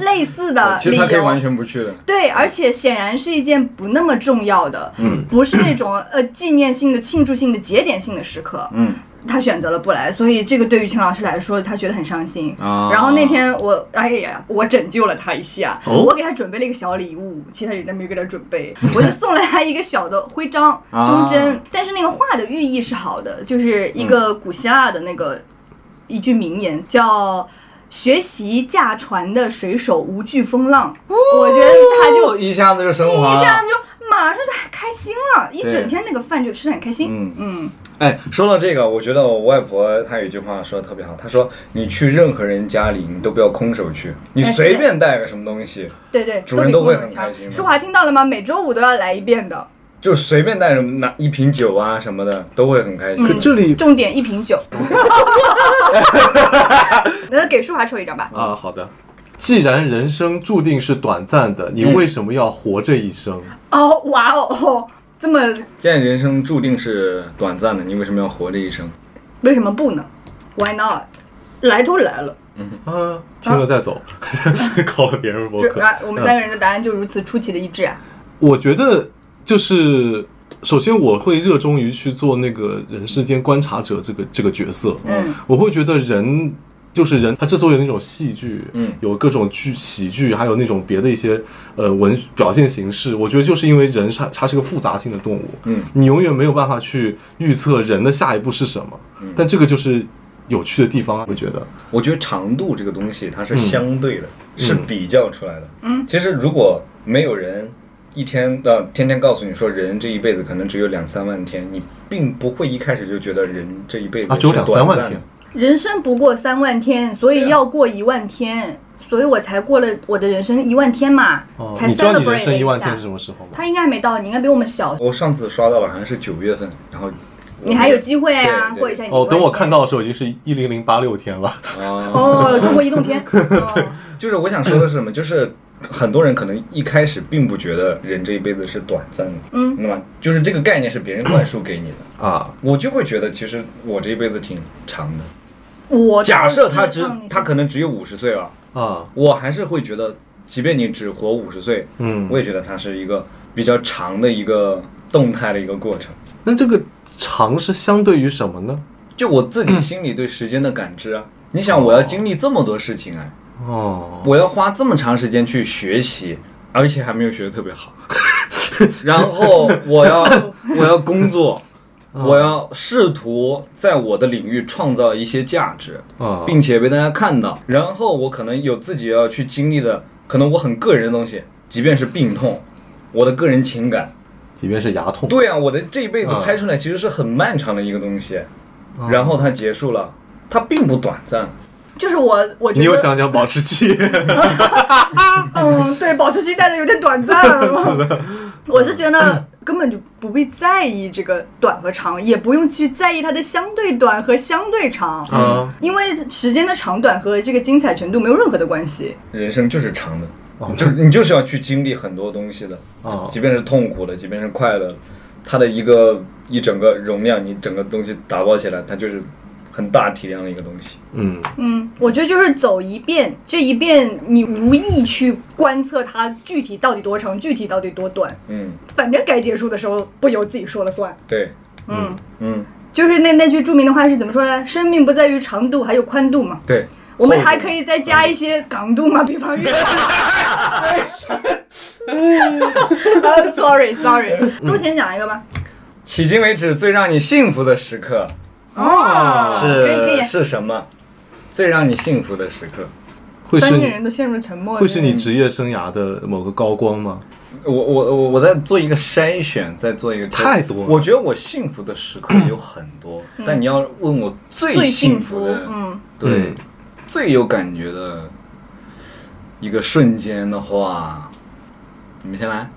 Speaker 4: 类似的
Speaker 3: 其
Speaker 4: 啊理
Speaker 3: 实他可以完
Speaker 4: 由。
Speaker 3: 全不去的。
Speaker 4: 对，而且显然是一件不那么重要的，嗯， [CLEARS THROAT] 不是那种呃纪念性的、庆祝性的、节点性的时刻，
Speaker 3: 嗯，
Speaker 4: 他选择了不来，所以这个对于陈老师来说，他觉得很伤心。
Speaker 3: 啊
Speaker 4: 然后那天我，哎呀，我拯救了他一下，
Speaker 3: 哦
Speaker 4: 我给他准备了一个小礼物，其他人都没有给他准备，我就送了他一个小的徽章、
Speaker 3: [LAUGHS] 啊
Speaker 4: 胸针，但是那个画的寓意是好的，就是一个
Speaker 3: 嗯
Speaker 4: 古希腊的那个、一句名言，叫。学习驾船的水手无惧风浪，
Speaker 3: 哦
Speaker 4: 我觉得他就
Speaker 3: 一下子就升华
Speaker 4: 一
Speaker 3: 了。
Speaker 4: 下子就马上就开心了，一整天那个饭就吃的很开心。
Speaker 3: 嗯
Speaker 4: 嗯，
Speaker 3: 哎，说到这个，我觉得我外婆她有一句话说的特别好，她说：“你去任何人家里，你都不要空手去，你
Speaker 4: 哎
Speaker 3: 随
Speaker 4: 是
Speaker 3: 便带个什么东西，
Speaker 4: 对对，
Speaker 3: 主人
Speaker 4: 比
Speaker 3: 都会
Speaker 4: 空
Speaker 3: 很
Speaker 4: 手
Speaker 3: 开
Speaker 4: 强
Speaker 3: 心的
Speaker 4: 舒华听到了吗？每周五都要来一遍的，
Speaker 3: 就随便带什么拿一瓶酒啊什么的，都会很开心。
Speaker 5: 可这里
Speaker 4: 重点一瓶
Speaker 3: [LAUGHS]
Speaker 4: 酒。那给舒华抽一张吧。
Speaker 5: 啊，好的。既然人生注定是短暂的，你为什么要活这一生？
Speaker 4: 哦，哇哦，哦这么
Speaker 3: 既然人生注定是短暂的，你为什么要活这一生？
Speaker 4: 为什么不呢？Why not？来都来了，
Speaker 5: 啊，听了再走， [LAUGHS] 搞了别人博
Speaker 4: 就
Speaker 5: 客。
Speaker 4: 啊，我们三个人的答案就如此出奇的一致啊。
Speaker 5: 我觉得就是，首先我会热衷于去做那个人世间观察者这个这个角色。
Speaker 4: 嗯，
Speaker 5: 我会觉得人就是人，他之所以有那种戏剧，
Speaker 3: 嗯
Speaker 5: 有各种剧喜剧，还有那种别的一些呃文表现形式，我觉得就是因为人他他是个复杂性的动物，
Speaker 3: 嗯，
Speaker 5: 你永远没有办法去预测人的下一步是什么，
Speaker 4: 嗯
Speaker 5: 但这个就是有趣的地方啊，我觉得。
Speaker 3: 我觉得长度这个东西它是相对的，是比较出来的。嗯，其实如果没有人一天呃天天告诉你说人这一辈子可能只有两三万天，你并不会一开始就觉得人这一辈子
Speaker 5: 啊，只有
Speaker 3: 是
Speaker 5: 两三
Speaker 3: 短
Speaker 5: 万
Speaker 3: 暂的
Speaker 5: 天，
Speaker 4: 人生不过三万天，所
Speaker 3: 啊
Speaker 4: 以要过一万天，所以我才过了我的人生一万天嘛，
Speaker 5: 哦，
Speaker 4: 才
Speaker 5: 你知道你
Speaker 4: celebrate
Speaker 5: 人
Speaker 4: 了
Speaker 5: 生一
Speaker 4: 一
Speaker 5: 万
Speaker 4: 下
Speaker 5: 天是。什么时候吗？
Speaker 4: 他应该还没到，你应该比我们小，
Speaker 3: 我上次刷到了，好像是九月份，然后
Speaker 4: 你还有机会
Speaker 3: 对
Speaker 4: 啊，
Speaker 3: 对
Speaker 4: 过一下你的
Speaker 5: 哦，等我
Speaker 4: 一万天
Speaker 5: 看到的时候已经是一零零八六天了。
Speaker 3: 啊，
Speaker 4: 哦，中国移动
Speaker 3: [LAUGHS]
Speaker 4: 天，哦
Speaker 3: 就是我想说的是什么，就是。很多人可能一开始并不觉得人这一辈子是短暂的，
Speaker 4: 嗯，
Speaker 3: 那么就是这个概念是别人灌输给你的，
Speaker 5: 啊，
Speaker 3: 我就会觉得其实我这一辈子挺长的。
Speaker 4: 我
Speaker 3: 假设他
Speaker 4: 知
Speaker 3: 只他可能只有五十岁了，
Speaker 5: 啊，
Speaker 3: 我还是会觉得，即便你只活五十岁，
Speaker 5: 嗯
Speaker 3: 我也觉得它是一个比较长的一个动态的一个过程。
Speaker 5: 那这个长是相对于什么呢？
Speaker 3: 就我自己心里对时间的感知啊，你想我要经历这么多事情哎，
Speaker 5: 哦，
Speaker 3: 我要花这么长时间去学习，而且还没有学的特别好， [LAUGHS] 然后我要我要工作，我要试图在我的领域创造一些价值，
Speaker 5: 啊，
Speaker 3: 并且被大家看到，然后我可能有自己要去经历的，可能我很个人的东西，即便是病痛，我的个人情感，
Speaker 5: 即便是牙痛，
Speaker 3: 对啊，我的这一辈子
Speaker 5: 嗯
Speaker 3: 拍出来其实是很漫长的一个东西，然后它结束了，它并不短暂。
Speaker 4: 就是我，我
Speaker 5: 你
Speaker 4: 觉
Speaker 5: 又
Speaker 4: 得，
Speaker 5: 想讲保
Speaker 4: [LAUGHS]
Speaker 5: 持期，
Speaker 4: 嗯，对，保持期待的有点短暂。啊
Speaker 3: [LAUGHS]
Speaker 4: 我是觉得根本就不必在意这个短和长，也不用去在意它的相对短和相对长，
Speaker 5: 啊，
Speaker 4: 因为时间的长短和这个精彩程度没有任何的关系。
Speaker 3: 人生就是长的，
Speaker 5: 哦
Speaker 3: 就是你就是要去经历很多东西的，
Speaker 5: 哦
Speaker 4: 嗯
Speaker 3: 即便是痛苦的，即便是快乐的，它的一个一整个容量，你整个东西打包起来，它就是很大体量的一个东西。
Speaker 5: 嗯，
Speaker 4: 嗯，我觉得就是走一遍，这一遍你无意去观测它具体到底多长，具体到底多短，
Speaker 3: 嗯，
Speaker 4: 反正该结束的时候不由自己说了算。
Speaker 3: 对，
Speaker 4: 嗯，
Speaker 3: 嗯，
Speaker 4: 就是那那句著名的话是怎么说来？生命不在于长度，还有宽度嘛。
Speaker 3: 对，
Speaker 4: 我们还可以再加一些港度嘛，比方越南。sorry sorry，多
Speaker 3: 嗯
Speaker 4: 先讲一个吧。
Speaker 3: 迄今为止最让你幸福的时刻
Speaker 4: 哦，
Speaker 3: 是
Speaker 4: 可以可以。
Speaker 3: 是什么？最让你幸福的时刻，
Speaker 5: 会
Speaker 4: 三
Speaker 5: 是
Speaker 4: 个
Speaker 5: 你
Speaker 4: 人都陷入沉默。
Speaker 5: 会是你职业生涯的某个高光
Speaker 4: [LAUGHS]
Speaker 5: 吗？
Speaker 3: 我我我我在做一个筛选，在做一个
Speaker 5: 太多了
Speaker 3: 我觉得我幸福的时刻有很多，但你要问我最
Speaker 4: 嗯最
Speaker 3: 幸
Speaker 4: 幸
Speaker 3: 福
Speaker 4: 福
Speaker 3: 的，，
Speaker 4: 嗯，
Speaker 3: 对
Speaker 5: 嗯，
Speaker 3: 最有感觉的一个瞬间的话，你们先来。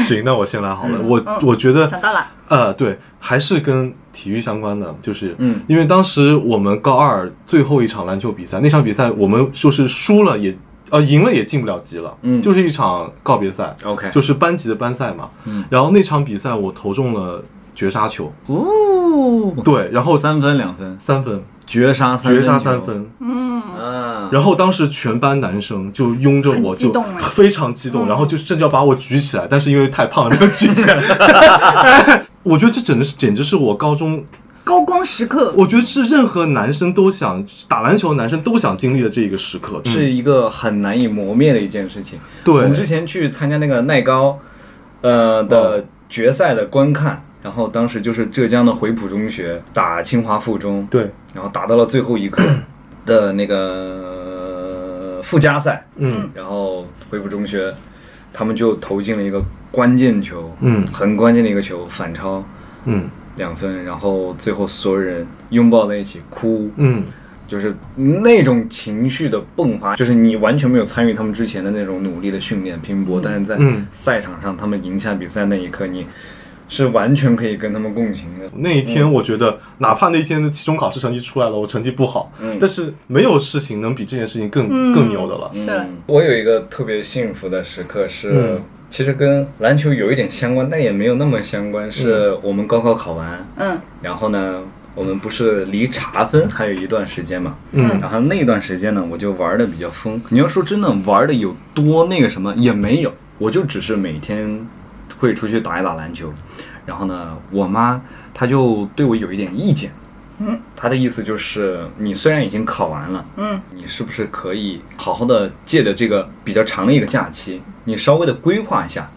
Speaker 5: 行，那我先来好了。我我觉得
Speaker 4: 嗯想到了，
Speaker 5: 呃，对，还是跟体育相关的，就是，
Speaker 3: 嗯
Speaker 5: 因为当时我们高二最后一场篮球比赛，那场比赛我们就是输了也，呃，赢了也晋不了级了，
Speaker 3: 嗯
Speaker 5: 就是一场告别赛
Speaker 3: OK
Speaker 5: 就是班级的班赛嘛，
Speaker 3: 嗯
Speaker 5: 然后那场比赛我投中了绝杀球，
Speaker 3: 哦，
Speaker 5: 对，然后
Speaker 3: 三分两分，
Speaker 5: 三分，
Speaker 3: 绝杀三
Speaker 5: 绝
Speaker 3: 分，
Speaker 5: 杀三，分，
Speaker 3: 嗯，
Speaker 5: 然后当时全班男生就拥着我
Speaker 4: 很激
Speaker 5: 就
Speaker 4: 动哎
Speaker 5: 非常激动，然后就甚至要把我举起来，但是因为太胖了没有举起来， [LAUGHS] 我觉得这真的是简直是我高中
Speaker 4: 高光时刻。
Speaker 5: 我觉得是任何男生都想打篮球，男生都想经历的这个时刻。
Speaker 3: 是一个很难以磨灭的一件事情。我
Speaker 5: 对
Speaker 3: 们之前去参加那个耐高，呃
Speaker 5: 哦
Speaker 3: 的决赛的观看，然后当时就是浙江的回浦中学打清华附中，
Speaker 5: 对，
Speaker 3: 然后打到了最后一刻的那个呃附加赛，
Speaker 5: 嗯
Speaker 3: 然后回浦中学他们就投进了一个关键球，
Speaker 5: 嗯
Speaker 3: 很关键的一个球，反超
Speaker 5: 嗯
Speaker 3: 两分，然后最后所有人拥抱在一起哭，
Speaker 5: 嗯
Speaker 3: 就是那种情绪的迸发，就是你完全没有参与他们之前的那种努力的训练拼搏，但是在
Speaker 5: 嗯
Speaker 3: 赛场上，他们赢下比赛那一刻，你是完全可以跟他们共情的。
Speaker 5: 那一天我觉得，哪怕那天的期中考试成绩出来了，我成绩不好，但是没有事情能比这件事情更、更牛的
Speaker 3: 嗯
Speaker 5: 了。
Speaker 4: 是，
Speaker 3: 我有一个特别幸福的时刻是，
Speaker 5: 嗯
Speaker 3: 其实跟篮球有一点相关，但也没有那么相关。是我们高考考完，
Speaker 4: 嗯，
Speaker 3: 然后呢，我们不是离查分还有一段时间嘛，
Speaker 5: 嗯
Speaker 3: 然后那段时间呢，我就玩的比较疯。你要说真的玩的有多那个什么也没有，我就只是每天会出去打一打篮球。然后呢，我妈她就对我有一点意见，嗯，她的意思就是你虽然已经考完了，嗯，你是不是可以好好的借着这个比较长的一个假期，你稍微的规划一下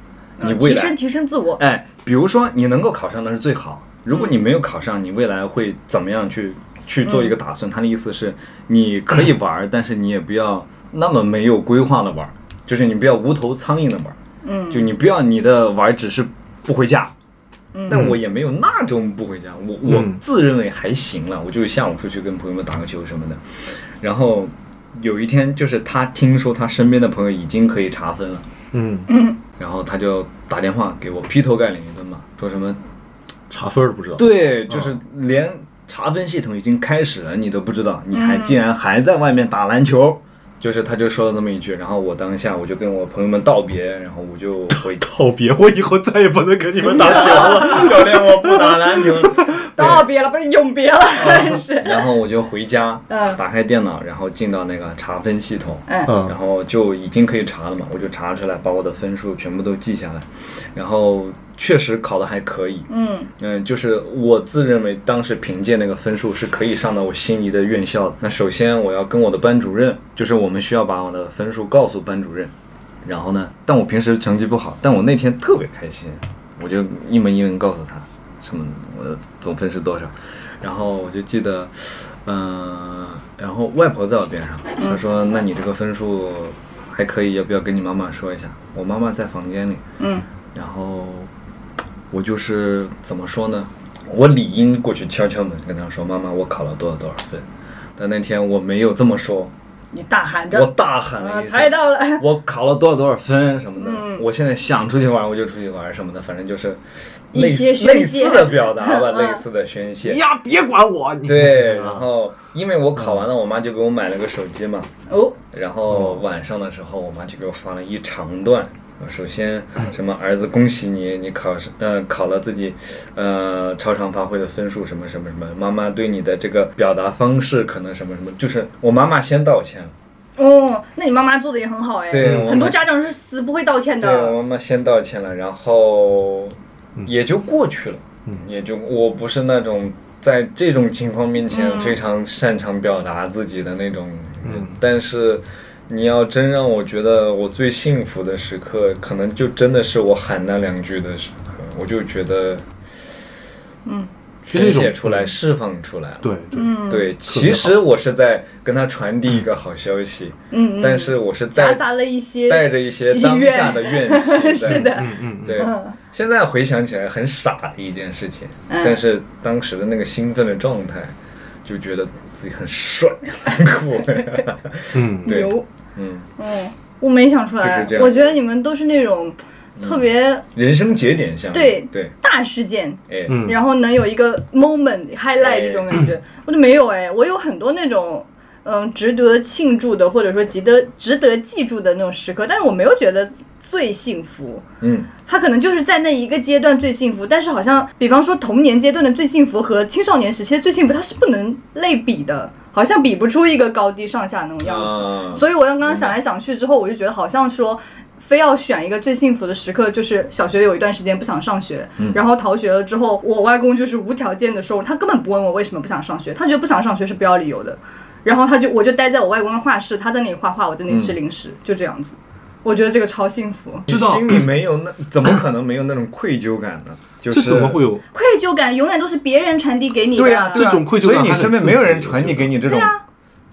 Speaker 3: 你未
Speaker 4: 提
Speaker 3: 来
Speaker 4: 升提升自我。
Speaker 3: 哎，比如说你能够考上那是最好，如果你没有考上，你未来会怎么样去去做一个打算？他的意思是，你可以玩儿，但是你也不要那么没有规划的玩儿，就是你不要无头苍蝇的玩儿，嗯，就你不要你的玩儿只是不回家。但我也没有那种不回家，我我
Speaker 5: 嗯
Speaker 3: 自认为还行了，我就下午出去跟朋友们打个球什么的。然后有一天，就是他听说他身边的朋友已经可以查分了，
Speaker 5: 嗯，
Speaker 3: 然后他就打电话给我劈头盖脸一顿骂，说什么
Speaker 5: 查分儿不知道。
Speaker 3: 对，就是连查分系统已经开始了，你都不知道，你还竟然还在外面打篮球，就是他就说了这么一句，然后我当下我就跟我朋友们道别，然后我就回 [LAUGHS]
Speaker 5: 告别，我以后再也不能跟你们打球了。
Speaker 3: 教练我不打篮球，
Speaker 4: 道别了，不是永别了，
Speaker 3: 嗯
Speaker 4: [LAUGHS] 是。
Speaker 3: [LAUGHS] 然后我就回家，
Speaker 4: 嗯
Speaker 3: 打开电脑，然后进到那个查分系统，
Speaker 4: 嗯
Speaker 5: 嗯
Speaker 3: 然后就已经可以查了嘛，我就查出来，把我的分数全部都记下来，然后确实考的还可以，嗯就是我自认为当时凭借那个分数是可以上到我心仪的院校的。那首先我要跟我的班主任，就是我们需要把我的分数告诉班主任，然后呢，但我平时成绩不好，但我那天特别开心，我就一门一门告诉他，什么我的总分是多少，然后我就记得，嗯、然后外婆在我边上，
Speaker 4: 嗯
Speaker 3: 她说：“那你这个分数还可以，要不要跟你妈妈说一下？”我妈妈在房间里，
Speaker 4: 嗯，
Speaker 3: 然后我就是怎么说呢？我理应过去敲敲门，跟她说：“妈妈，我考了多少多少分。”但那天我没有这么说，
Speaker 4: 你大喊
Speaker 3: 我
Speaker 4: 着，
Speaker 3: 大喊了
Speaker 4: 啊，
Speaker 3: 一
Speaker 4: 猜
Speaker 3: 声。
Speaker 4: 到了，嗯
Speaker 3: 我考了多少多少分什么的，我现在想出去玩我就出去玩什么的，反正就是
Speaker 4: 一
Speaker 3: 类
Speaker 4: 些
Speaker 3: 似
Speaker 4: 宣
Speaker 3: 类
Speaker 4: 泄
Speaker 3: 似的表达
Speaker 4: [LAUGHS]
Speaker 3: 吧，类似的宣泄。
Speaker 6: 呀，别管我，你
Speaker 5: [LAUGHS]
Speaker 3: 对，
Speaker 5: 嗯啊
Speaker 3: 然后因为我考完了，我妈就给我买了个手机嘛。
Speaker 4: 哦，
Speaker 3: 然后晚上的时候，我妈就给我发了一长段。首先，什么儿子恭喜你，你考试呃考了自己呃超常发挥的分数，什么什么什么。妈妈对你的这个表达方式可能什么什么，就是我妈妈先道歉了。
Speaker 4: 哦，那你妈妈做的也很好哎，
Speaker 3: 对我
Speaker 4: 很多
Speaker 3: 妈
Speaker 4: 家长是死不会道歉
Speaker 3: 对我
Speaker 4: 的，
Speaker 3: 妈妈先道歉了，然后也就过去了。也就我不是那种在这种情况面
Speaker 4: 嗯
Speaker 3: 前非常擅长表达自己的那种人，但是你要真让我觉得我最幸福的时刻，可能就真的是我喊那两句的时刻，我就觉得，嗯，
Speaker 4: 嗯
Speaker 3: 宣泄出来，释放出来了。
Speaker 5: 对对，嗯
Speaker 3: 对，其实我是在跟他传递一个好消息，
Speaker 4: 嗯嗯，
Speaker 3: 但是我是
Speaker 4: 夹
Speaker 3: 在
Speaker 4: 杂了一些，。
Speaker 3: 带着一些当下的怨气
Speaker 4: [LAUGHS] 是
Speaker 3: 对
Speaker 4: 的，
Speaker 5: 嗯嗯，
Speaker 3: 对，现在回想起来很傻的一件事情，
Speaker 4: 嗯
Speaker 3: 但是当时的那个兴奋的状态，就觉得自己很帅、很
Speaker 4: [LAUGHS]
Speaker 3: 酷。
Speaker 5: 嗯，
Speaker 3: 对，
Speaker 4: 牛，
Speaker 3: 嗯，
Speaker 4: 嗯，我没想出来
Speaker 3: 就是这，样嗯
Speaker 4: 我觉得你们都是那种特别
Speaker 3: 人生节点像
Speaker 4: 对
Speaker 3: 对，
Speaker 4: 大事件，
Speaker 3: 哎，
Speaker 5: 嗯
Speaker 4: 然后能有一个 moment highlight
Speaker 3: 哎
Speaker 4: 这种感觉，我就没有哎，我有很多那种。嗯，值得庆祝的，或者说值得值得记住的那种时刻，但是我没有觉得最幸福。
Speaker 3: 嗯，
Speaker 4: 他可能就是在那一个阶段最幸福，但是好像，比方说童年阶段的最幸福和青少年时期的最幸福，它是不能类比的，好像比不出一个高低上下那种样子。
Speaker 3: 啊，
Speaker 4: 所以我刚刚想来想去之后，我就觉得好像说。非要选一个最幸福的时刻，就是小学有一段时间不想上学，
Speaker 3: 嗯
Speaker 4: 然后逃学了之后，我外公就是无条件的收他根本不问我为什么不想上学，他觉得不想上学是不要理由的，然后他就我就待在我外公的画室，他在那里画画，我在那里
Speaker 3: 嗯
Speaker 4: 吃零食，就这样子，我觉得这个超幸福。
Speaker 3: 你
Speaker 5: 知道
Speaker 3: 心里没有那，怎么可能没有那种愧疚感呢？就是
Speaker 5: 这怎么会？有？
Speaker 4: 愧疚感永远都是别人传递给你的。
Speaker 3: 对呀、对啊
Speaker 5: 这种愧疚
Speaker 3: 所
Speaker 5: 感
Speaker 3: 以你
Speaker 5: 还
Speaker 3: 身
Speaker 5: 很
Speaker 3: 边没有人传
Speaker 5: 刺
Speaker 3: 递
Speaker 5: 激
Speaker 3: 给你这种，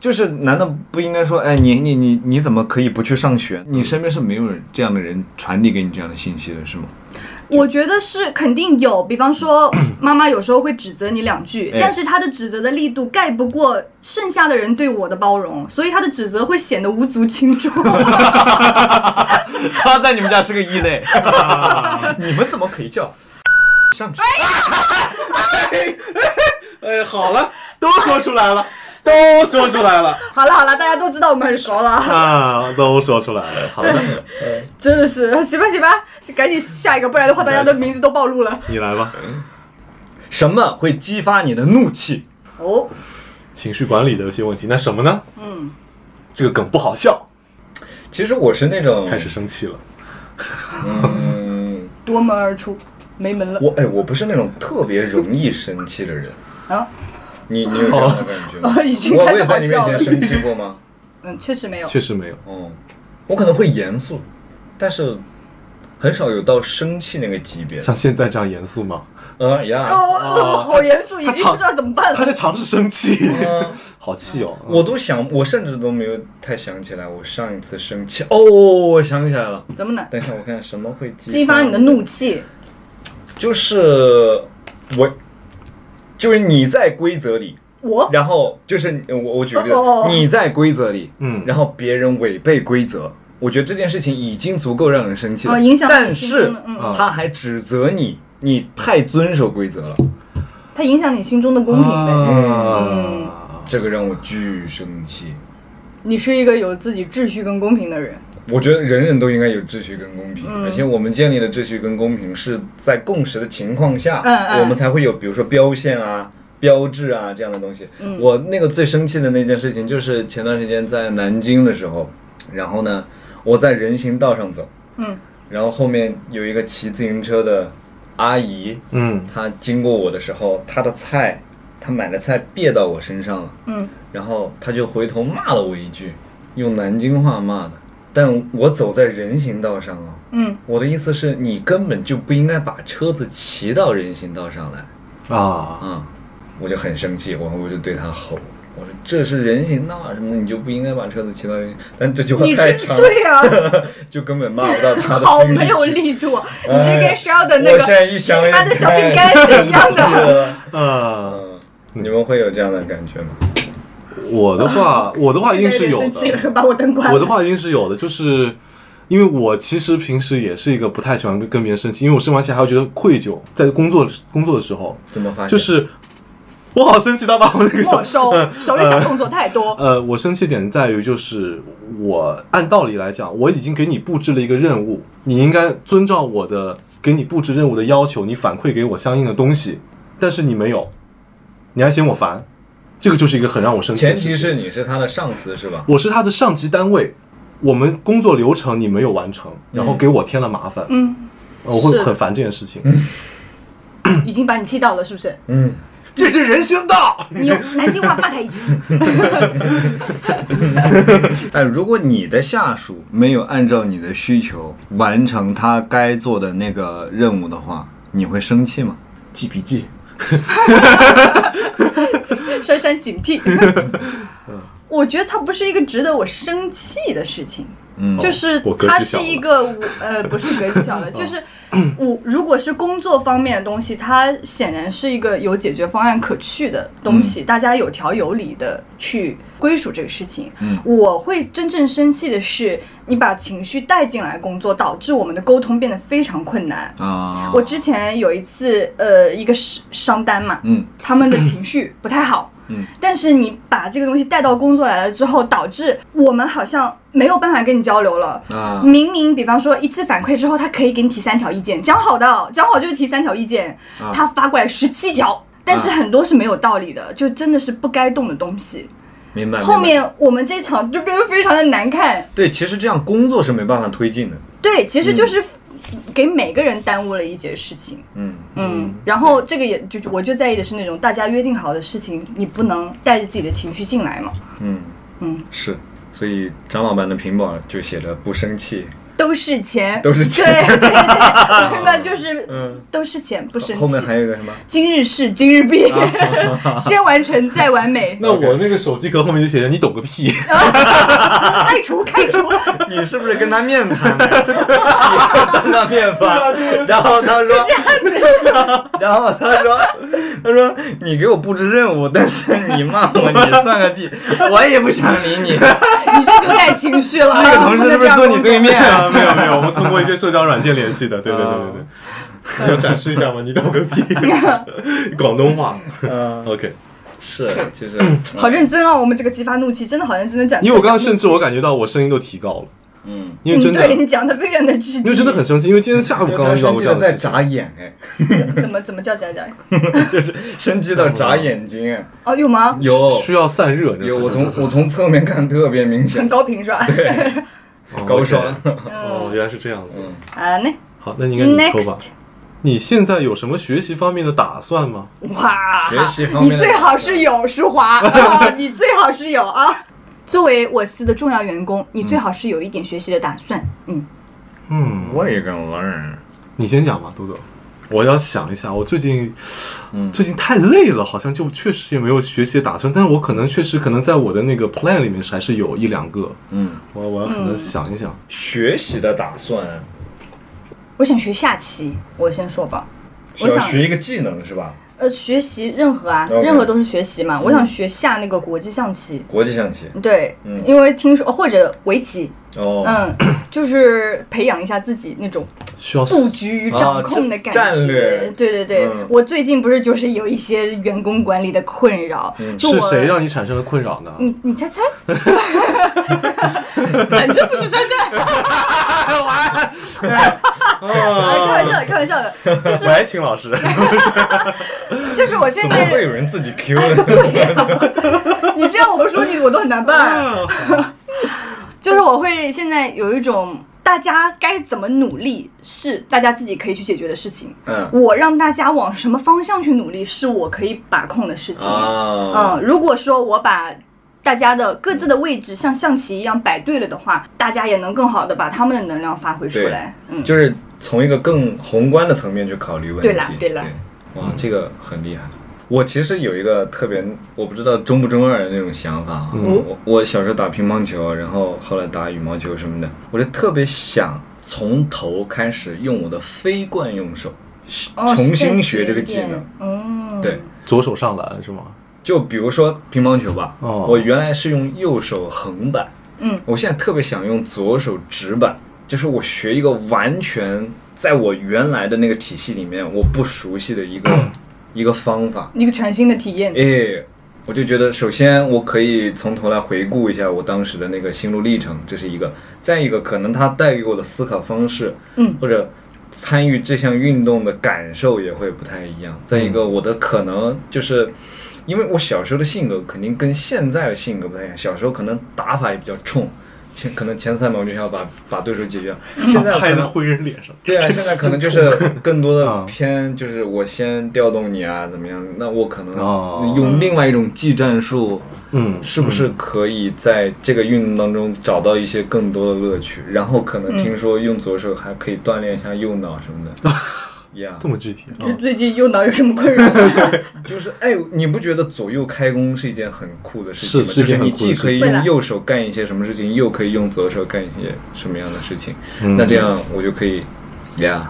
Speaker 3: 就是难道不应该说，哎，你你你你怎么可以不去上学？你身边是没有人这样的人传递给你这样的信息的，是吗？
Speaker 4: 我觉得是肯定有，比方
Speaker 5: [COUGHS]
Speaker 4: 说妈妈有时候会指责你两句，
Speaker 3: 哎
Speaker 4: 但是她的指责的力度盖不过剩下的人对我的包容，所以她的指责会显得无足轻
Speaker 5: [LAUGHS]
Speaker 4: 重。
Speaker 6: [LAUGHS] 他在你们家是个异类，
Speaker 3: [LAUGHS]
Speaker 6: [LAUGHS]
Speaker 3: 你们怎么可以叫上学？
Speaker 6: 哎，好了，都说出来了，都说出来了
Speaker 4: 好了好了，大家都知道我们很熟了，
Speaker 5: [LAUGHS] 啊，都说出来了。好的，
Speaker 4: 真的是行吧行吧，赶紧下一个，不然的话大家的名字都暴露了。
Speaker 5: 你来吧。
Speaker 3: 什么会激发你的怒气？
Speaker 4: 哦，
Speaker 5: 情绪管理的有些问题，那什么呢？嗯，这个梗不好笑，
Speaker 3: 其实我是那种
Speaker 5: 开始生气了。
Speaker 3: 嗯，
Speaker 4: 夺门而出，没门了
Speaker 3: 我哎，我不是那种特别容易生气的人。
Speaker 4: 啊！
Speaker 3: 你你有这样的感觉吗？
Speaker 4: [LAUGHS] 哦已经
Speaker 3: 我
Speaker 4: 开
Speaker 3: 我
Speaker 4: 始
Speaker 3: 也
Speaker 4: 好
Speaker 3: 在你面
Speaker 4: 笑了
Speaker 3: 前生气过吗？
Speaker 4: 嗯，确实没有。
Speaker 5: 确实没有，
Speaker 3: 哦，我可能会严肃，但是很少有到生气那个级别。
Speaker 5: 像现在这样严肃吗？
Speaker 3: 呃
Speaker 4: 哦
Speaker 3: 呀，
Speaker 4: 哦，好严肃，已
Speaker 5: 啊他
Speaker 4: 经
Speaker 5: 吵
Speaker 4: 不知道怎么办
Speaker 5: 他
Speaker 4: 了。
Speaker 5: 在尝试生气，
Speaker 3: 嗯
Speaker 5: [LAUGHS] 好气哦。
Speaker 3: 我都想，我甚至都没有太想起来我上一次生气。哦，我想起来了，
Speaker 4: 怎么呢？
Speaker 3: 等一下我看什么会
Speaker 4: 激发你的怒气。
Speaker 3: 就是我，就是你在规则里，
Speaker 4: 我
Speaker 3: 然后就是呃我我举个例子，
Speaker 4: 哦
Speaker 3: 你在规则里，
Speaker 5: 嗯
Speaker 3: 然后别人违背规则，我觉得这件事情已经足够让人生气了，
Speaker 4: 哦影响到你
Speaker 3: 但
Speaker 4: 心中
Speaker 3: 是
Speaker 4: 了、嗯
Speaker 5: 啊
Speaker 3: 他还指责你，你太遵守规则了，
Speaker 4: 它影响你心中的公平呗。嗯
Speaker 5: 啊，
Speaker 3: 嗯这个让我巨生气。
Speaker 4: 你是一个有自己秩序跟公平的人。
Speaker 3: 我觉得人人都应该有秩序跟公平，
Speaker 4: 嗯
Speaker 3: 而且我们建立的秩序跟公平是在共识的情况下，
Speaker 4: 嗯嗯
Speaker 3: 我们才会有比如说标线啊。标志啊，这样的东西。
Speaker 4: 嗯
Speaker 3: 我那个最生气的那件事情，就是前段时间在南京的时候，然后呢，我在人行道上走，
Speaker 4: 嗯，
Speaker 3: 然后后面有一个骑自行车的阿姨，
Speaker 5: 嗯，
Speaker 3: 她经过我的时候，她的菜，她买的菜别到我身上了，
Speaker 4: 嗯，
Speaker 3: 然后她就回头骂了我一句，用南京话骂的。但我走在人行道上啊，
Speaker 4: 嗯，
Speaker 3: 我的意思是你根本就不应该把车子骑到人行道上来
Speaker 5: 啊，
Speaker 3: 啊、我就很生气，我我就对她吼，我说这是人行道啊什么的，你就不应该把车子骑到人行。但这句话
Speaker 4: [LAUGHS] 你
Speaker 3: 太
Speaker 4: 这
Speaker 3: 长了，
Speaker 4: 对呀、
Speaker 3: [LAUGHS] 就根本骂不到她的
Speaker 4: 好
Speaker 3: 心里
Speaker 4: 没有
Speaker 3: 去
Speaker 4: 力度啊，你
Speaker 3: 哎
Speaker 4: 这跟 Sheldon 那
Speaker 3: 我
Speaker 4: 个
Speaker 3: 现在一想哎
Speaker 4: 吃
Speaker 3: 也
Speaker 4: 他的小饼干
Speaker 3: 太
Speaker 4: 是一样的。
Speaker 5: 呃，
Speaker 3: 嗯，你们会有这样的感觉吗？
Speaker 5: 我的话，我的话一定是有
Speaker 4: 生气
Speaker 5: 的。
Speaker 4: 了，把我灯关了。
Speaker 5: 我的话一定是有的，就是因为我其实平时也是一个不太喜欢跟跟别人生气，因为我生完气还会觉得愧疚，在工作工作的时候，
Speaker 3: 怎么发现？
Speaker 5: 就是我好生气，他把我那个嗯手
Speaker 4: 没收，
Speaker 5: [LAUGHS]
Speaker 4: 手里小动作太多。
Speaker 5: 呃，我生气点在于就是我按道理来讲，我已经给你布置了一个任务，你应该遵照我的给你布置任务的要求，你反馈给我相应的东西，但是你没有，你还嫌我烦，这个就是一个很让我生气的
Speaker 3: 前
Speaker 5: 事情。
Speaker 3: 提是你是他的上司是吧？
Speaker 5: 我是他的上级单位，我们工作流程你没有完成，然后给我添了麻烦，
Speaker 4: 嗯，
Speaker 5: 呃我会
Speaker 4: 是的
Speaker 5: 很烦这件事情。
Speaker 4: 已经把你气到了，是不是？
Speaker 3: 嗯，
Speaker 5: 嗯这是人行道，
Speaker 4: 你用南京话骂他一句。
Speaker 3: 哎，如果你的下属没有按照你的需求完成他该做的那个任务的话，你会生气吗？
Speaker 5: 记笔记。
Speaker 4: 深深警
Speaker 5: [LAUGHS]
Speaker 4: 惕。我觉得它不是一个值得我生气的事情，
Speaker 3: 嗯
Speaker 4: 就是
Speaker 5: 哦我格
Speaker 4: 它
Speaker 5: 局
Speaker 4: 是
Speaker 5: 小
Speaker 4: 一
Speaker 5: 了嗯
Speaker 4: 个我呃不是格局小
Speaker 5: [LAUGHS]
Speaker 4: 了，就是我如果是工作方面的东西，它显然是一个有解决方案可去的东
Speaker 5: 嗯
Speaker 4: 西，大家有条有理的去归属这个事情。
Speaker 5: 嗯
Speaker 4: 我会真正生气的是，你把情绪带进来工作，导致我们的沟通变得非常困难。
Speaker 3: 啊，
Speaker 4: 我之前有一次，呃，一个商商单嘛，
Speaker 3: 嗯，
Speaker 4: 他们的情绪不太好，
Speaker 3: [COUGHS] 嗯，
Speaker 4: 但是你把这个东西带到工作来了之后，导致我们好像没有办法跟你交流了。
Speaker 3: 啊
Speaker 4: 明明，比方说一次反馈之后，他可以给你提三条意见，讲好的，讲好就是提三条意见，
Speaker 3: 啊
Speaker 4: 他发过来十七条，但是
Speaker 3: 啊
Speaker 4: 很多是没有道理的，就真的是不该动的东西。
Speaker 3: 明白。啊明白
Speaker 4: 后面我们这场就变得非常的难看，
Speaker 3: 对，其实这样工作是没办法推进的。
Speaker 4: 对，其实就是给每个人耽误了一件事情。
Speaker 3: 嗯，
Speaker 4: 嗯，然后这个也就我就在意的是那种大家约定好的事情，你不能带着自己的情绪进来嘛，
Speaker 3: 是。所以张老板的屏保就写着不生气，
Speaker 4: 都是钱，
Speaker 3: 都是钱
Speaker 4: 对对
Speaker 3: [LAUGHS]
Speaker 4: 对，那就是
Speaker 3: 嗯
Speaker 4: 都是钱，不生
Speaker 3: 后面还
Speaker 4: 气。
Speaker 3: 有一个什么？
Speaker 4: 今日事今日
Speaker 3: [LAUGHS]
Speaker 4: 毕，先完成再完美，
Speaker 5: 那我那个手机壳后面就写着“你懂个屁
Speaker 4: 开除开除， [LAUGHS]
Speaker 3: 你是不是跟他面啊谈的呀？你 [LAUGHS] 当他面发，然后他说， [LAUGHS] 然后他说，他说你给我布置任务，但是你骂我，你算个 [LAUGHS] 屁，我也不想理 [LAUGHS] 你。
Speaker 4: 你这就带情绪了。
Speaker 3: [LAUGHS] 那个同事是不是坐你对面？”。
Speaker 5: 啊，没有没有，我们通过一些社交软件联系的。对对对
Speaker 3: 嗯
Speaker 5: 对对，你要展示一下吗？你懂个
Speaker 3: [LAUGHS]
Speaker 5: 屁，广东话。OK，
Speaker 3: 嗯是，其实
Speaker 4: [LAUGHS] 好认真哦，我们这个激发怒气真的好认真的讲。
Speaker 5: 因为我刚刚甚至我感觉到我声音都提高了，
Speaker 3: 嗯，
Speaker 5: 因为
Speaker 4: 嗯
Speaker 5: 真的，
Speaker 4: 对你
Speaker 5: 因
Speaker 4: 讲的非常的具体，
Speaker 5: 为真的很生气，因为今天下午刚刚
Speaker 3: 他
Speaker 5: 遇到
Speaker 3: 生
Speaker 5: 过
Speaker 3: 气
Speaker 5: 这样
Speaker 3: 的
Speaker 5: 的
Speaker 3: 在
Speaker 5: 事情。
Speaker 3: 眨眼，哎，
Speaker 4: 怎么怎么叫讲讲？
Speaker 3: 就是生气到眨眼睛，哎，
Speaker 4: 哦，有吗？
Speaker 3: 有
Speaker 5: 需要散热，你知
Speaker 3: 有，
Speaker 5: 道吗
Speaker 3: 我从我从侧面看特别明
Speaker 4: 很
Speaker 3: 显，
Speaker 4: 高频是吧？
Speaker 3: [LAUGHS] 高爽。
Speaker 5: 哦，原来是这样
Speaker 3: 嗯
Speaker 5: 子。
Speaker 4: 啊，那
Speaker 5: 好，那你应该你抽吧
Speaker 4: next。。
Speaker 5: 你现在有什么学习方面的打算吗？
Speaker 4: 哇，
Speaker 3: 学习方面的
Speaker 4: 你最好是有舒华、
Speaker 3: [LAUGHS]
Speaker 4: 啊，你最好是有啊。作为我司的重要员工，你最好是有一点学习的打算。嗯，
Speaker 5: 嗯，
Speaker 3: 我也跟玩儿，
Speaker 5: 你先讲吧，豆嗯豆。我要想一下，我最近，最近太累了，好像就确实也没有学习的打算，但是我可能确实可能在我的那个 plan 里面是还是有一两个，
Speaker 3: 嗯，
Speaker 5: 我我要可能想一想，
Speaker 3: 学习的打算，
Speaker 4: 我想学下棋，我先说吧。我
Speaker 3: 想
Speaker 4: 想
Speaker 3: 学一个技能是吧？
Speaker 4: 呃，学习任何啊
Speaker 3: OK 嗯
Speaker 4: 任何都是学习嘛。我想学下那个国际象棋，
Speaker 3: 国际象棋，
Speaker 4: 对，因为听说或者围棋，
Speaker 3: 嗯哦，
Speaker 4: 嗯，就是培养一下自己那种
Speaker 5: 需要
Speaker 4: 布局与掌控的感觉。
Speaker 3: 啊战战略
Speaker 4: 对对对、
Speaker 3: 嗯
Speaker 4: 我最近不是就是有一些员工管理的困扰，
Speaker 3: 嗯
Speaker 4: 就是我
Speaker 5: 谁让你产生了困扰呢？
Speaker 4: 你你
Speaker 3: [LAUGHS]
Speaker 4: 猜猜，反正不是珊
Speaker 3: [LAUGHS]
Speaker 4: 哎珊，啊，开玩笑的，开玩笑的，
Speaker 5: 喂，秦老
Speaker 3: [LAUGHS]
Speaker 5: 师，
Speaker 4: 就是我现
Speaker 3: 怎么会
Speaker 4: 在，
Speaker 3: 有人自己 Q
Speaker 4: [LAUGHS]
Speaker 3: 呢？
Speaker 4: 你
Speaker 3: 嗯
Speaker 4: 这样我不说你我都很难办，就是我会现在有一种。大家该怎么努力是大家自己可以去解决的事情。
Speaker 3: 嗯
Speaker 4: 我让大家往什么方向去努力是我可以把控的事情。
Speaker 3: 啊，
Speaker 4: 嗯，如果说我把大家的各自的位置像象棋一样摆对了的话，大家也能更好的把他们的能量发挥出来。嗯，
Speaker 3: 就是从一个更宏观的层面去考虑问题。
Speaker 4: 对啦对啦
Speaker 3: 哇，这个很厉害。我其实有一个特别，我不知道中不中二的那种想法啊。我我小时候打乒乓球，然后后来打羽毛球什么的，我就特别想从头开始用我的非惯用手，
Speaker 4: 哦
Speaker 3: 重
Speaker 4: 再
Speaker 3: 新
Speaker 4: 学
Speaker 3: 学这个
Speaker 4: 一
Speaker 3: 技
Speaker 4: 遍
Speaker 3: 能。
Speaker 4: 嗯，
Speaker 3: 对，
Speaker 5: 左手上篮是吗？
Speaker 3: 就比如说乒乓球吧，
Speaker 5: 哦
Speaker 3: 我原来是用右手横板，
Speaker 4: 嗯，
Speaker 3: 我现在特别想用左手直板，就是我学一个完全在我原来的那个体系里面我不熟悉的一个一个方法，
Speaker 4: 一个全新的体验。
Speaker 3: 哎，我就觉得，首先我可以从头来回顾一下我当时的那个心路历程，这是一个；再一个，可能它带给我的思考方式，
Speaker 4: 嗯
Speaker 3: 或者参与这项运动的感受也会不太一样。再一个，我的可能就是。因为我小时候的性格肯定跟现在的性格不太一样，小时候可能打法也比较冲，前可能前三秒我就想要把把对手解决掉，现
Speaker 5: [LAUGHS]
Speaker 3: 在可
Speaker 5: 拍在
Speaker 3: 能
Speaker 5: 灰人脸上。
Speaker 3: 对啊，现在可能就是
Speaker 5: [LAUGHS]
Speaker 3: 更多的
Speaker 5: 啊
Speaker 3: 偏，就是我先调动你啊，怎么样？那我可能
Speaker 5: 哦
Speaker 3: 用另外一种技战术，
Speaker 5: 嗯，
Speaker 3: 是不是可以在这个运动当中找到一些更多的乐趣？然后可能听说用左手还可以锻炼一下右脑什么的。
Speaker 5: [LAUGHS]
Speaker 3: 呀
Speaker 5: 这么具体啊
Speaker 3: 嗯
Speaker 4: 就？最近右脑有什么困扰？
Speaker 3: [LAUGHS] 就是哎，你不觉得左右开弓是一件很酷的事情吗？
Speaker 5: 是是
Speaker 3: 就
Speaker 5: 一
Speaker 3: 是
Speaker 5: 件
Speaker 3: 你
Speaker 5: 很酷的
Speaker 3: 既
Speaker 5: 事情
Speaker 3: 可以
Speaker 4: 会啦
Speaker 3: 用右手干一些什么事情，又可以用左手干一些什么样的事情。那这样我就可以，呀、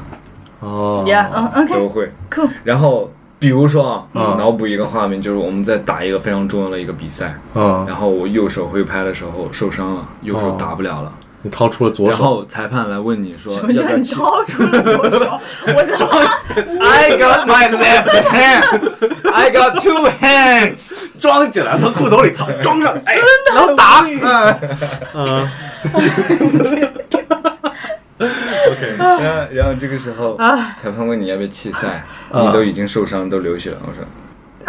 Speaker 5: 哦，
Speaker 4: 呀，嗯
Speaker 3: 都
Speaker 4: ，OK，
Speaker 3: 会。
Speaker 4: cool，
Speaker 3: 然后比如说啊，
Speaker 5: 嗯
Speaker 3: 脑补一个画面，就是我们在打一个非常重要的一个比赛，
Speaker 5: 嗯，
Speaker 3: 然后我右手挥拍的时候受伤了，右手
Speaker 5: 哦
Speaker 3: 打不了了，
Speaker 5: 你掏出了左
Speaker 3: 然
Speaker 5: 手，
Speaker 3: 后裁判来问你说
Speaker 4: 我
Speaker 3: 要不
Speaker 4: 就
Speaker 3: 要
Speaker 4: 很
Speaker 3: 起。
Speaker 4: 超出了左手，我是
Speaker 3: I got my left hand, I got two hands。
Speaker 5: 装起来，从裤兜里掏，
Speaker 3: 嗯
Speaker 5: 装上，哎，然后打。嗯，OK，
Speaker 3: 嗯然后这个时候，裁判问你要不要弃赛，你都已经受伤都流血了，我说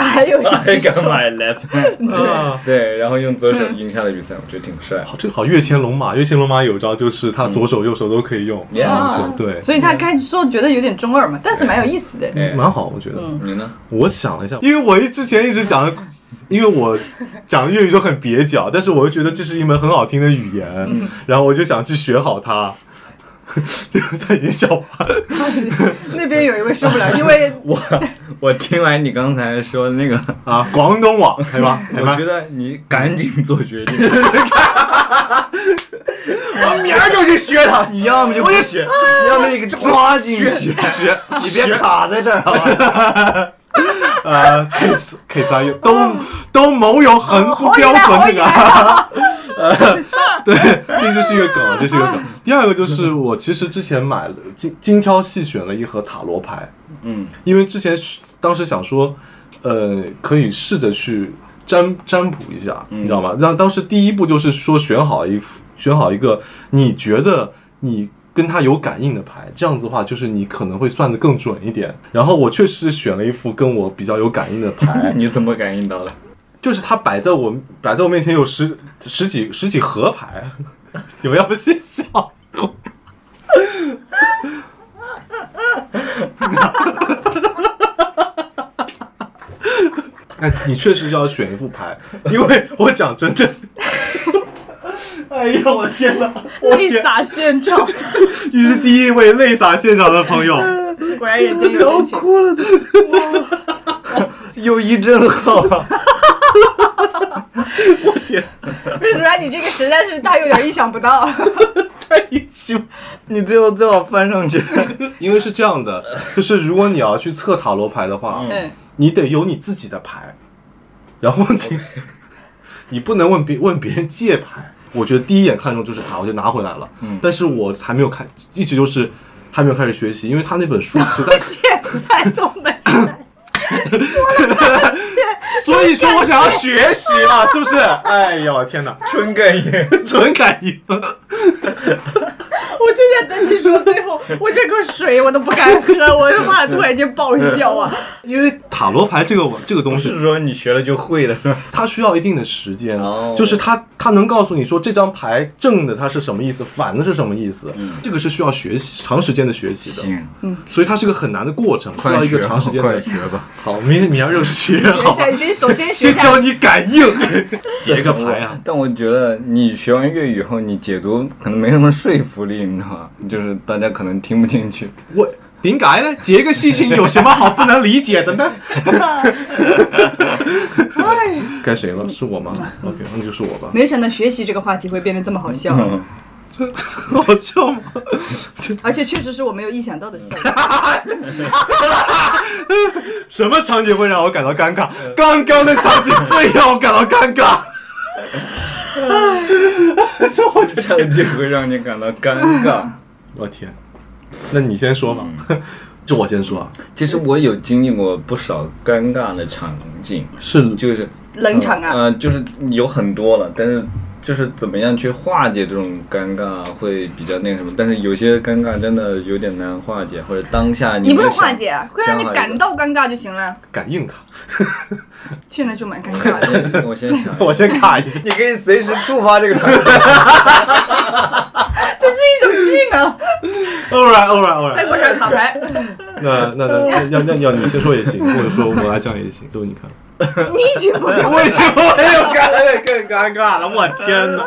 Speaker 4: [LAUGHS] 还有一
Speaker 3: 啊 I [LAUGHS]
Speaker 4: 只手
Speaker 3: got。my left hand。
Speaker 5: 啊，
Speaker 3: [LAUGHS] 对，然后用左手赢下了比赛，我觉得挺帅。
Speaker 5: 好，这个好，跃迁龙马，跃迁龙马有招就是他左手右手都可以用，
Speaker 3: Yeah
Speaker 5: 啊对，
Speaker 4: 所以他开始说觉得有点中二嘛，但是蛮有意思的。
Speaker 3: 哎，
Speaker 5: 蛮好，我觉得。
Speaker 3: 你呢？
Speaker 5: 我想了一下，因为我一之前一直讲，因为我讲粤语都很蹩脚，但是我又觉得这是一门很好听的语言，然后我就想去学好它。 [LAUGHS] 就他已经笑完了，
Speaker 4: 那边有一位受不了，因为
Speaker 3: [LAUGHS] 我我听完你刚才说的那个。
Speaker 5: 啊，广东网对吧？对吧
Speaker 3: [LAUGHS] 我觉得你赶紧做决定，
Speaker 5: 我 [LAUGHS] 明儿就去学它，你要么就不学，你要么就给抓进去学，你别卡在这儿好吧？ [LAUGHS] 呃，kiss kiss 啊，有啊都都某有很不标准的。 [LAUGHS] 对，这就是一个梗，这是一个梗。第二个就是我其实之前买了精精挑细选了一盒塔罗牌，
Speaker 3: 嗯，，
Speaker 5: 因为之前当时想说，呃，可以试着去占占卜一下，你知道吗？让当时第一步就是说选好一副选好一个你觉得你。跟他有感应的牌，这样子的话，就是你可能会算得更准一点。然后我确实选了一副跟我比较有感应的
Speaker 3: [LAUGHS]
Speaker 5: 牌
Speaker 3: [LAUGHS] 你怎么感应到的？
Speaker 5: 就是它摆在我摆在我面前有十十几十几盒牌， [LAUGHS] 你们要不先笑？ [LAUGHS] 哎，你确实要选一副牌，因为我讲真的， [LAUGHS] 哎呀，我天哪！我
Speaker 4: 泪
Speaker 5: 天，
Speaker 4: 洒现场，
Speaker 5: 你是第一位泪洒现场的朋 [LAUGHS] 友，
Speaker 4: 果然人间有
Speaker 3: [LAUGHS]
Speaker 4: 真情。
Speaker 5: [LAUGHS] 了，友谊真好。我天！
Speaker 4: 瑞主哎然，你这个实在是大有点意想不到。
Speaker 3: [LAUGHS] 你最后最好翻上去。
Speaker 5: [LAUGHS] 因为是这样的，就是如果你要去测塔罗牌的话，
Speaker 4: 嗯，
Speaker 5: 你得有你自己的牌，然后你 [LAUGHS] 你不能问别问别人借牌。我觉得第一眼看中就是它，我就拿回来了。
Speaker 3: 嗯
Speaker 5: 但是我还没有看，一直就是还没有开始学习，因为他那本书
Speaker 3: [LAUGHS]
Speaker 5: 实在，
Speaker 4: 现在都没。
Speaker 5: 所以说我想要学习了，是不是？哎呀，我天哪，
Speaker 3: 纯感应，
Speaker 5: 纯感应。
Speaker 4: [LAUGHS]
Speaker 5: [LAUGHS]
Speaker 4: 我就在等你说最后，我这口水我都不敢喝，我就怕突然间爆笑啊！
Speaker 5: 因为塔塔罗牌这个这个东
Speaker 3: 不
Speaker 5: 西
Speaker 3: 是，说你学了就会了，
Speaker 5: 它需要一定的时间，
Speaker 3: 哦
Speaker 5: 就是它它能告诉你说这张牌正的它是什么意思，反的是什么意思，这个是需要学习长时间的学习
Speaker 3: [LAUGHS]
Speaker 5: 的，
Speaker 3: 行，
Speaker 5: 所以它是个很难的过程，需要一个长时间的。
Speaker 3: 学 [LAUGHS] 吧，
Speaker 5: 好，明明儿就
Speaker 4: 学
Speaker 5: 学
Speaker 4: 一
Speaker 5: 好吧，
Speaker 4: 下，先首先学一
Speaker 5: 先
Speaker 4: 下
Speaker 5: 教你感应，结个
Speaker 3: 哎
Speaker 5: 牌啊。
Speaker 3: 但我觉得你学完粤语以后，你解读可能没什么说服力，你知道吗？就是大家可能听不进 [LAUGHS] 去。
Speaker 5: 我点解呢？这个事情有什么好不能理解的呢？
Speaker 4: 哎
Speaker 5: 该谁了？是我吗？OK，那
Speaker 4: 嗯
Speaker 5: 就是我吧。 [LAUGHS]
Speaker 4: 没有想到学习这个话题会变得这么好笑，啊
Speaker 3: 嗯，
Speaker 5: 好笑吗？
Speaker 4: 而且确实是我没有意想到的效果。
Speaker 5: 什么场景会让我感到尴尬？刚刚的场景最让我感到尴尬。
Speaker 3: 这样就会让你感到尴尬。
Speaker 5: 我天，那你先说吧，就我先说啊，
Speaker 3: [LAUGHS] 其实我有经历过不少尴尬的场景，
Speaker 5: 是
Speaker 3: 就是
Speaker 4: 冷场啊，
Speaker 3: 呃，就是有很多了，但是就是怎么样去化解这种尴尬会比较那个什么，但是有些尴尬真的有点难化解，或者当下你
Speaker 4: 你不
Speaker 3: 没有
Speaker 4: 用化
Speaker 3: 想
Speaker 4: 解，啊会让你感。到尴尬就行了。
Speaker 5: 感应他，
Speaker 4: 现在就蛮尴 [LAUGHS] 尬
Speaker 3: 想
Speaker 4: 的。
Speaker 3: 好一个啊我先想，
Speaker 5: [LAUGHS] 我先卡一下。 [LAUGHS]
Speaker 3: 你可以随时触发这个场景。
Speaker 4: 这是一种技能，
Speaker 5: All right, all right, all
Speaker 4: 再
Speaker 5: right
Speaker 4: 过上卡牌，
Speaker 5: 那。那那那要要要你先说也行，或者说我来讲也行，都你看。
Speaker 4: 你已经不用
Speaker 5: 我已经我尴 [LAUGHS] 更尴尬了，我天哪！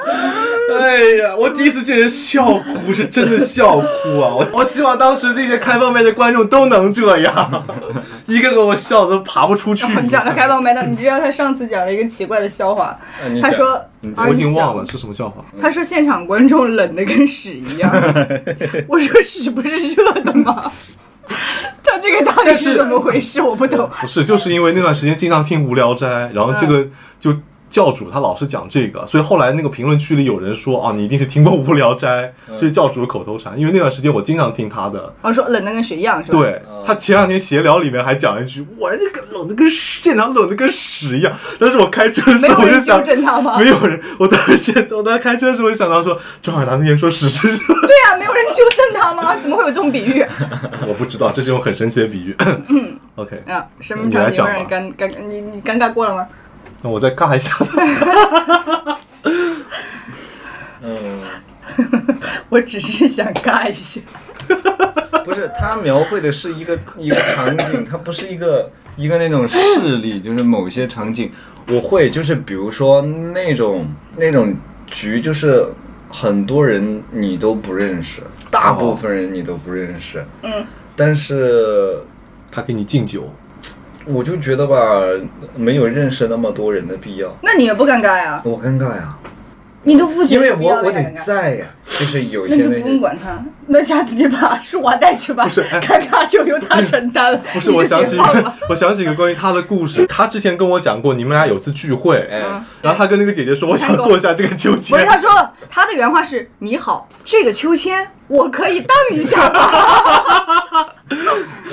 Speaker 5: 哎呀，我第一次见人笑哭，是真的笑哭啊！我我希望当时那些开放麦的观众都能这样， [LAUGHS] 一个个我笑的都爬不出去。
Speaker 4: 我们讲到开放麦的，你知道他上次讲了一个奇怪的笑话，
Speaker 3: 啊你
Speaker 4: 他
Speaker 3: 讲
Speaker 4: 说
Speaker 5: 我已经忘了，是什么笑话。
Speaker 4: 他说现场观众冷的跟屎一
Speaker 5: [LAUGHS]
Speaker 4: 样，我说屎不是热的吗？他这个到底是怎么回事？我不懂。
Speaker 5: 不是，就是因为那段时间经常听《无聊斋》，然后这个就教主他老是讲这个，所以后来那个评论区里有人说啊，你一定是听过《无聊斋》，这是教主的口头禅，因为那段时间我经常听他的。
Speaker 4: 我说冷的跟屎一样是吧？，
Speaker 5: 对他前两天闲聊里面还讲了一句，我那个冷的跟屎现场冷的跟屎一样。但是我开车的时候
Speaker 4: 没
Speaker 5: 我
Speaker 4: 有
Speaker 5: 就
Speaker 4: 人纠
Speaker 5: 想，
Speaker 4: 正他吗？
Speaker 5: 没有人，我当时现我当时开车的时候就想到说，张尔达那天说屎是热，
Speaker 4: 对呀、没有人纠正他吗？怎么会有这种比喻？
Speaker 5: [LAUGHS] 我不知道，这是一种很神奇的比喻。OK， [COUGHS]
Speaker 4: 啊，什么
Speaker 5: 你来
Speaker 4: 场景
Speaker 5: 讲
Speaker 4: 会让你
Speaker 5: 吧
Speaker 4: 尴尴？你你尴尬过了吗？
Speaker 5: 那我再尬一下，
Speaker 3: 嗯
Speaker 4: 我只是想尬一下。
Speaker 3: 不是，他描绘的是一个一个场景，它不是一个一个那种事例，就是某些场景我会，就是比如说那种那种局，就是很多人你都不认识，大部分人你都不认识，
Speaker 4: 嗯，
Speaker 3: 但是
Speaker 5: 他给你敬酒。
Speaker 3: 我就觉得吧，没有认识那么多人的必要，
Speaker 4: 那你也不尴尬呀？
Speaker 3: 我尴尬
Speaker 4: [LAUGHS]
Speaker 3: 呀，
Speaker 4: 你都不
Speaker 3: 因
Speaker 4: 觉得
Speaker 3: 为
Speaker 4: 有必要
Speaker 3: 我
Speaker 4: 为
Speaker 3: 我
Speaker 4: 他
Speaker 3: 得
Speaker 4: 尴尬？
Speaker 3: 在呀，就是有
Speaker 4: 那
Speaker 3: 些
Speaker 4: 就
Speaker 3: 那
Speaker 4: 不用
Speaker 3: 些。
Speaker 4: 管他，那下次你把舒华带去吧，
Speaker 5: 是哎
Speaker 4: 尴尬就由他承担了。
Speaker 5: 不是，
Speaker 4: 你就
Speaker 5: 我想起
Speaker 4: 解放了
Speaker 5: [LAUGHS] 我想起一个关于他的故事，他之前跟我讲过，你们俩有次聚会，
Speaker 3: 哎，
Speaker 4: 嗯
Speaker 5: 然后他跟那个姐姐说，我想坐下这个酒
Speaker 4: 不是，
Speaker 5: 钱。
Speaker 4: 他说他的原话是：“你好，这个秋千我可以荡一下吗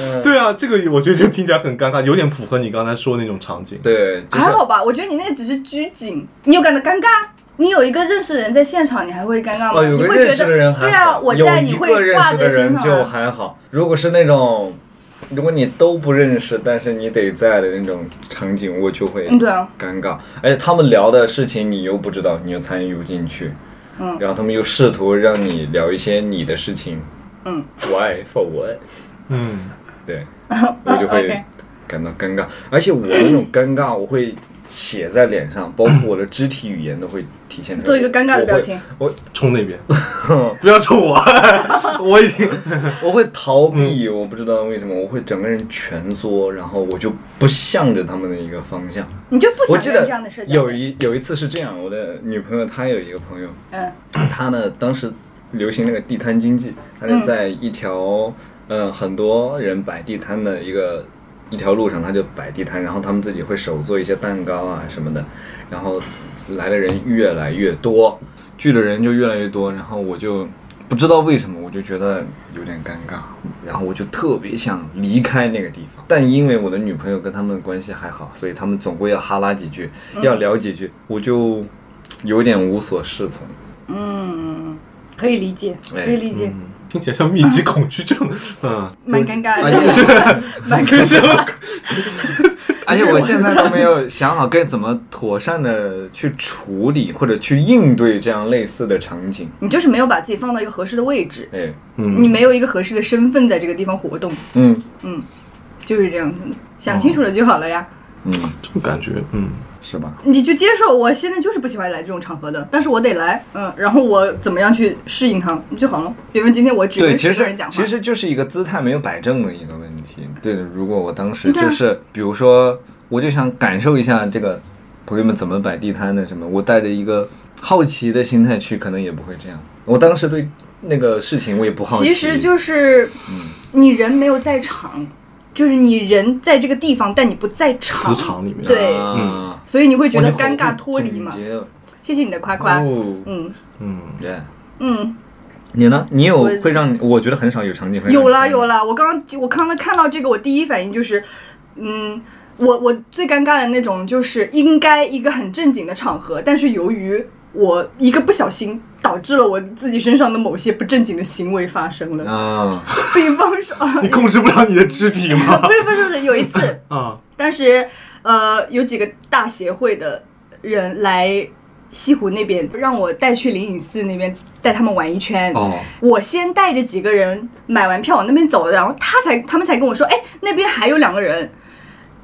Speaker 3: 嗯
Speaker 5: 对啊，这个我觉得就听起来很尴尬，有点符合你刚才说的那种场景。
Speaker 3: 对，？” [LAUGHS] 就是
Speaker 4: 还好吧，我觉得你那个只是拘谨，你有感到尴尬。你有一个认识的人在现场，你还会尴尬吗？
Speaker 3: 哦，有
Speaker 4: 你
Speaker 3: 个
Speaker 4: 会
Speaker 3: 认
Speaker 4: 觉
Speaker 3: 识
Speaker 4: 得
Speaker 3: 的人还好，
Speaker 4: 对啊，我在
Speaker 3: 有
Speaker 4: 你
Speaker 3: 一
Speaker 4: 会
Speaker 3: 个认
Speaker 4: 挂
Speaker 3: 识的
Speaker 4: 在身
Speaker 3: 人
Speaker 4: 上
Speaker 3: 就
Speaker 4: 啊。
Speaker 3: 还好。如果是那种，如果你都不认识，但是你得在的那种场景，我就会
Speaker 4: 嗯，对啊，
Speaker 3: 尴尬。而且他们聊的事情你又不知道，你又参与不进去。
Speaker 4: 嗯
Speaker 3: 然后他们又试图让你聊一些你的事情。
Speaker 4: 嗯
Speaker 3: ，Why for what？
Speaker 5: 嗯，
Speaker 4: [LAUGHS]
Speaker 3: 对，我就
Speaker 4: OK
Speaker 3: 会感到尴尬。而且我那种尴尬，我会写在脸上，包括我的肢体语言都会体现出来。
Speaker 4: 做一个尴尬的
Speaker 3: 我
Speaker 4: 表
Speaker 3: 会
Speaker 4: 情。
Speaker 3: 我
Speaker 5: 冲 [LAUGHS] 那边，不要冲我， [LAUGHS] 我已经
Speaker 3: 我会逃避，我不知道为什么，我会整个人蜷缩，然后我就不向着他们的一个方向。
Speaker 4: 你就不
Speaker 3: 我
Speaker 4: 想
Speaker 3: 记
Speaker 4: 干
Speaker 3: 得
Speaker 4: 这样的社交？
Speaker 3: 有一有一次是这样，我的女朋友她有一个朋友，
Speaker 4: 嗯
Speaker 3: 她呢当时流行那个地摊经济，她就在一条嗯、呃很多人摆地摊的一个一条路上，她就摆地摊，然后他们自己会手做一些蛋糕啊什么的，然后来的人越来越多，聚的人就越来越多，然后我就不知道为什么，我就觉得有点尴尬，然后我就特别想离开那个地方，但因为我的女朋友跟他们的关系还好，所以他们总归要哈拉几句，要聊几句，我就有点无所适从。
Speaker 4: 嗯，可以理解，可
Speaker 3: 哎
Speaker 4: 以理解，
Speaker 5: 听起来像密集恐惧症。嗯，
Speaker 3: 啊
Speaker 4: 蛮尴尬
Speaker 3: 而
Speaker 4: 的，
Speaker 3: 且
Speaker 4: 蛮尴尬的。
Speaker 3: 而且我现在都没
Speaker 4: [LAUGHS]
Speaker 3: 有想好该怎么妥善的去处理或者去应对这样类似的场景。
Speaker 4: 你就是没有把自己放到一个合适的位置，
Speaker 3: 哎，
Speaker 4: 你没有一个合适的身份在这个地方活动，
Speaker 3: 嗯
Speaker 4: 就是这样子的。想清楚了就好了呀，
Speaker 3: 嗯，
Speaker 5: 这种感觉，嗯，
Speaker 3: 是吧？
Speaker 4: 你就接受我现在就是不喜欢来这种场合的，但是我得来，嗯，然后我怎么样去适应它就好了。比如今天我只
Speaker 3: 对，
Speaker 4: 跟
Speaker 3: 其
Speaker 4: 十个人
Speaker 3: 实
Speaker 4: 讲话，
Speaker 3: 其实就是一个姿态没有摆正的一个问题。对，如果我当
Speaker 4: 啊
Speaker 3: 时就是，比如说，我就想感受一下这个朋友们怎么摆地摊的什么，我带着一个好奇的心态去，可能也不会这样。我当时对那个事情我也不好奇，啊
Speaker 4: 其实就是你人没有在场，就是你人在这个地方，但你不在场，
Speaker 5: 磁场里面，
Speaker 4: 对
Speaker 3: 啊，
Speaker 4: 所以你嗯会觉
Speaker 3: 我
Speaker 4: 得
Speaker 3: 就好
Speaker 4: 尴尬
Speaker 3: 会
Speaker 4: 脱离嘛
Speaker 3: 总。结哦
Speaker 4: 谢谢你的夸夸，嗯
Speaker 3: 对。
Speaker 4: 嗯，
Speaker 3: 你呢？你有
Speaker 4: 我
Speaker 3: 会让你我觉得很少有场景会让你
Speaker 4: 有啦
Speaker 3: 看
Speaker 4: 有啦，我刚我刚刚看到这个，我第一反应就是，嗯，我我最尴尬的那种就是应该一个很正经的场合，但是由于我一个不小心导致了我自己身上的某些不正经的行为发生了，
Speaker 3: 啊，
Speaker 4: [LAUGHS] 比方说， [LAUGHS]
Speaker 5: 你控制不了你的肢体吗？
Speaker 4: 不是不是不是，有一次
Speaker 5: 啊，
Speaker 4: 当时呃有几个大协会的人来西湖那边，让我带去灵隐寺那边带他们玩一圈。
Speaker 5: 哦，
Speaker 4: 我先带着几个人买完票往那边走的，然后他才他们才跟我说，哎，那边还有两个人。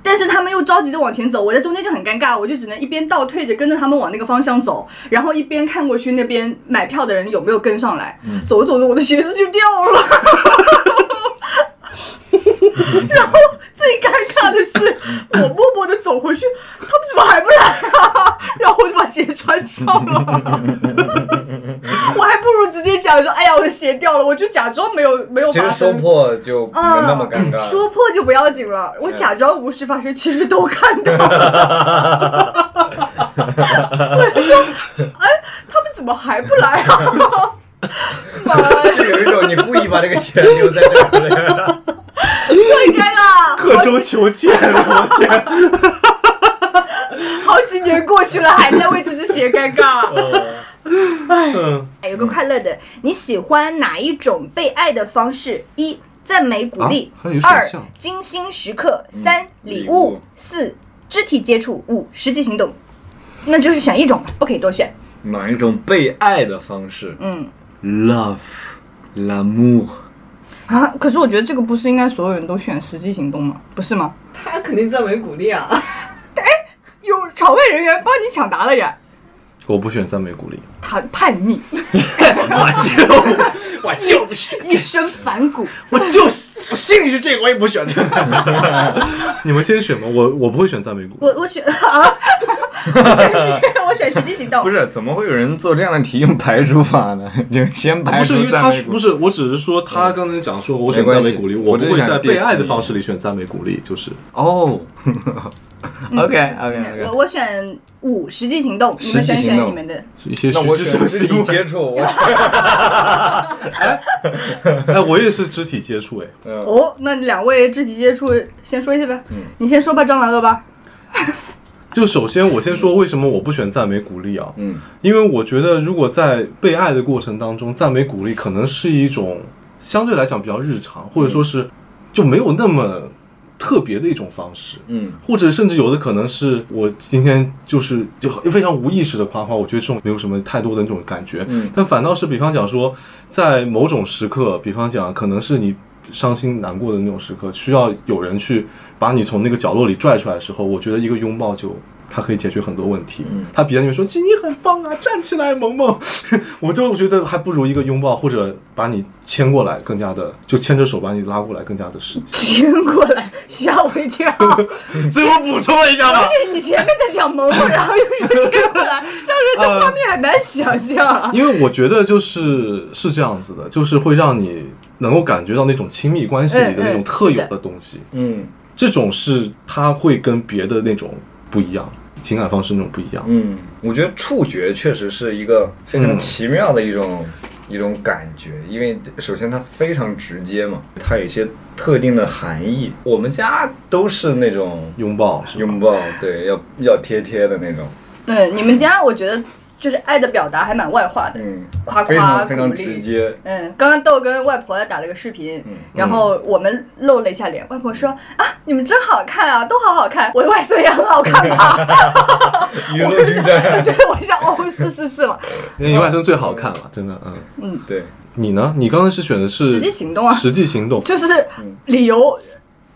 Speaker 4: 但是他们又着急着往前走，我在中间就很尴尬，我就只能一边倒退着跟着他们往那个方向走，然后一边看过去那边买票的人有没有跟上来。走着走着，我的鞋子就掉了。然后最尴尬的
Speaker 3: [LAUGHS]
Speaker 4: 是，我默默的走回去，他们怎么还不来啊？然后我就把鞋穿上
Speaker 3: [LAUGHS]
Speaker 4: 了，我还不如直接讲说，哎呀，我的鞋掉了，我就假装没有没有
Speaker 3: 其
Speaker 4: 发
Speaker 3: 实说
Speaker 4: 生。
Speaker 3: 破就没
Speaker 4: 啊，
Speaker 3: 那么尴尬了。
Speaker 4: 说破就不要紧了，我假装无事发生，其实都看到了。
Speaker 3: [LAUGHS]
Speaker 4: 我就说，哎，他们怎么还不
Speaker 3: [LAUGHS]
Speaker 4: 来啊？妈呀，
Speaker 3: 就有一种你故意把这个钱留在这儿了。
Speaker 4: 最尴尬！
Speaker 5: 刻舟求剑，我天，
Speaker 4: 好几年过去了，还在为这只鞋尴尬。
Speaker 5: 嗯，
Speaker 4: 哎，有个快乐的，你喜欢哪一种被爱的方式？一赞美鼓励
Speaker 5: 啊还有，选
Speaker 4: 二
Speaker 5: 项
Speaker 4: 精心时刻，三礼
Speaker 3: 礼物
Speaker 4: 物，四肢体接触，五实际行动。那就是选一种，不可以多选。
Speaker 3: 哪一种被爱的方式？
Speaker 4: 嗯
Speaker 3: ，love l'amour。
Speaker 4: 啊，可是我觉得这个不是应该所有人都选实际行动吗？不是吗？哎
Speaker 1: 他肯定赞美鼓
Speaker 4: [LAUGHS]
Speaker 1: 励啊。
Speaker 4: 有场外人员帮你抢答了呀，
Speaker 5: [LAUGHS] 我不选赞美鼓励，
Speaker 4: 他叛逆，
Speaker 5: 我就我就不 [LAUGHS] 选，
Speaker 4: 一身反骨。
Speaker 5: 我就是我心里是这个，我也 [LAUGHS] 不选。你们先选吧，我我不会选赞美鼓励
Speaker 4: 我，我选 [LAUGHS] 啊，我选实 [LAUGHS] 我选实际行动。
Speaker 3: 不是，怎么会有人做这样的题用排除法呢？ [LAUGHS] 就先排
Speaker 5: 不是
Speaker 3: 除
Speaker 5: 因为
Speaker 3: 赞
Speaker 5: 他
Speaker 3: 美
Speaker 5: 不
Speaker 3: 鼓。
Speaker 5: 是，我只是说他刚才讲说我选
Speaker 3: 没关
Speaker 5: 赞
Speaker 3: 系
Speaker 5: 美鼓励，
Speaker 3: 我
Speaker 5: 嗯我不
Speaker 3: 真
Speaker 5: 会
Speaker 3: 想
Speaker 5: 在被
Speaker 3: diss
Speaker 5: 爱的
Speaker 3: 你
Speaker 5: 方式里选赞美鼓励，就是
Speaker 3: 哦。OK
Speaker 4: 嗯
Speaker 3: OK
Speaker 4: 我
Speaker 3: OK。
Speaker 4: 我选五实际行动，你
Speaker 3: 实
Speaker 4: 们选
Speaker 3: 际行
Speaker 4: 选
Speaker 3: 动
Speaker 4: 你们的。
Speaker 5: 一些
Speaker 3: 那
Speaker 5: 实
Speaker 3: 我
Speaker 5: 质
Speaker 3: 选
Speaker 5: 上
Speaker 3: 肢体
Speaker 5: 行
Speaker 3: 接
Speaker 5: 为。
Speaker 3: 触，我
Speaker 5: [LAUGHS] 哎，我也是肢体接触，哎，
Speaker 4: 哦，那两位肢体接触先说一下吧，
Speaker 3: 嗯
Speaker 4: 你先说吧，蟑螂哥吧。 [LAUGHS]
Speaker 5: 就首先我先说为什么我不选赞美鼓励啊，
Speaker 3: 嗯，
Speaker 5: 因为我觉得如果在被爱的过程当中，赞美鼓励可能是一种相对来讲比较日常，或者说是就没有那么特别的一种方式，
Speaker 3: 嗯，
Speaker 5: 或者甚至有的可能是我今天就是就非常无意识的夸夸，我觉得这种没有什么太多的那种感觉，
Speaker 3: 嗯
Speaker 5: 但反倒是比方讲说，在某种时刻，比方讲可能是你伤心难过的那种时刻，需要有人去把你从那个角落里拽出来的时候，我觉得一个拥抱就。它可以解决很多问题，它比在那边说“姐，你很棒啊，站起来，萌 [LAUGHS] 萌”，我就觉得还不如一个拥抱或者把你牵过来更加的，就牵着手把你拉过来更加的实
Speaker 4: [LAUGHS]
Speaker 5: 际。
Speaker 4: 牵过来，吓我
Speaker 3: [LAUGHS]
Speaker 4: 一跳。
Speaker 5: 所以我补充了一下吧，
Speaker 4: 对，你前面在讲萌萌，然后又说牵过来，让人的画面很难想象
Speaker 3: 呃
Speaker 4: 啊。
Speaker 5: 因为我觉得就是是这样子的，就是会让你能够感觉到那种亲密关系里的那
Speaker 4: 嗯
Speaker 5: 种
Speaker 4: 嗯
Speaker 5: 特有
Speaker 4: 是的
Speaker 5: 的东西，
Speaker 3: 嗯
Speaker 5: 这种是它会跟别的那种不一样，情感方式那种不一样。
Speaker 3: 嗯，我觉得触觉确实是一个非常奇妙的一种、
Speaker 4: 嗯
Speaker 3: 一种感觉，因为首先它非常直接嘛，它有一些特定的含义。我们家都是那种
Speaker 5: 拥抱是吧
Speaker 4: [LAUGHS]
Speaker 3: 拥抱，对，要要贴贴的那种。
Speaker 4: 对，你们家我觉得就是爱的表达还蛮外化的，
Speaker 3: 嗯，
Speaker 4: 夸
Speaker 3: 非
Speaker 4: 夸
Speaker 3: 常
Speaker 4: 鼓
Speaker 3: 非
Speaker 4: 励。
Speaker 3: 常直
Speaker 4: [LAUGHS]
Speaker 3: 接，
Speaker 4: 嗯，刚刚豆跟外婆打了个视频，
Speaker 3: 嗯
Speaker 4: 然后我们露了一下脸，外婆说啊，你们真好看啊，都好好看，我的外孙也很好看吧？
Speaker 3: 雨 [LAUGHS] 露均
Speaker 4: 我 [LAUGHS]
Speaker 3: 沾。
Speaker 4: 觉得我想哦，是是是了，
Speaker 5: 你外甥最好看了，真的，嗯。
Speaker 3: [LAUGHS] 对，
Speaker 4: 哦
Speaker 5: 你呢？你刚才是选的是
Speaker 4: 实际行动啊
Speaker 5: 实际行动。
Speaker 4: 就是
Speaker 3: 嗯
Speaker 4: 理由。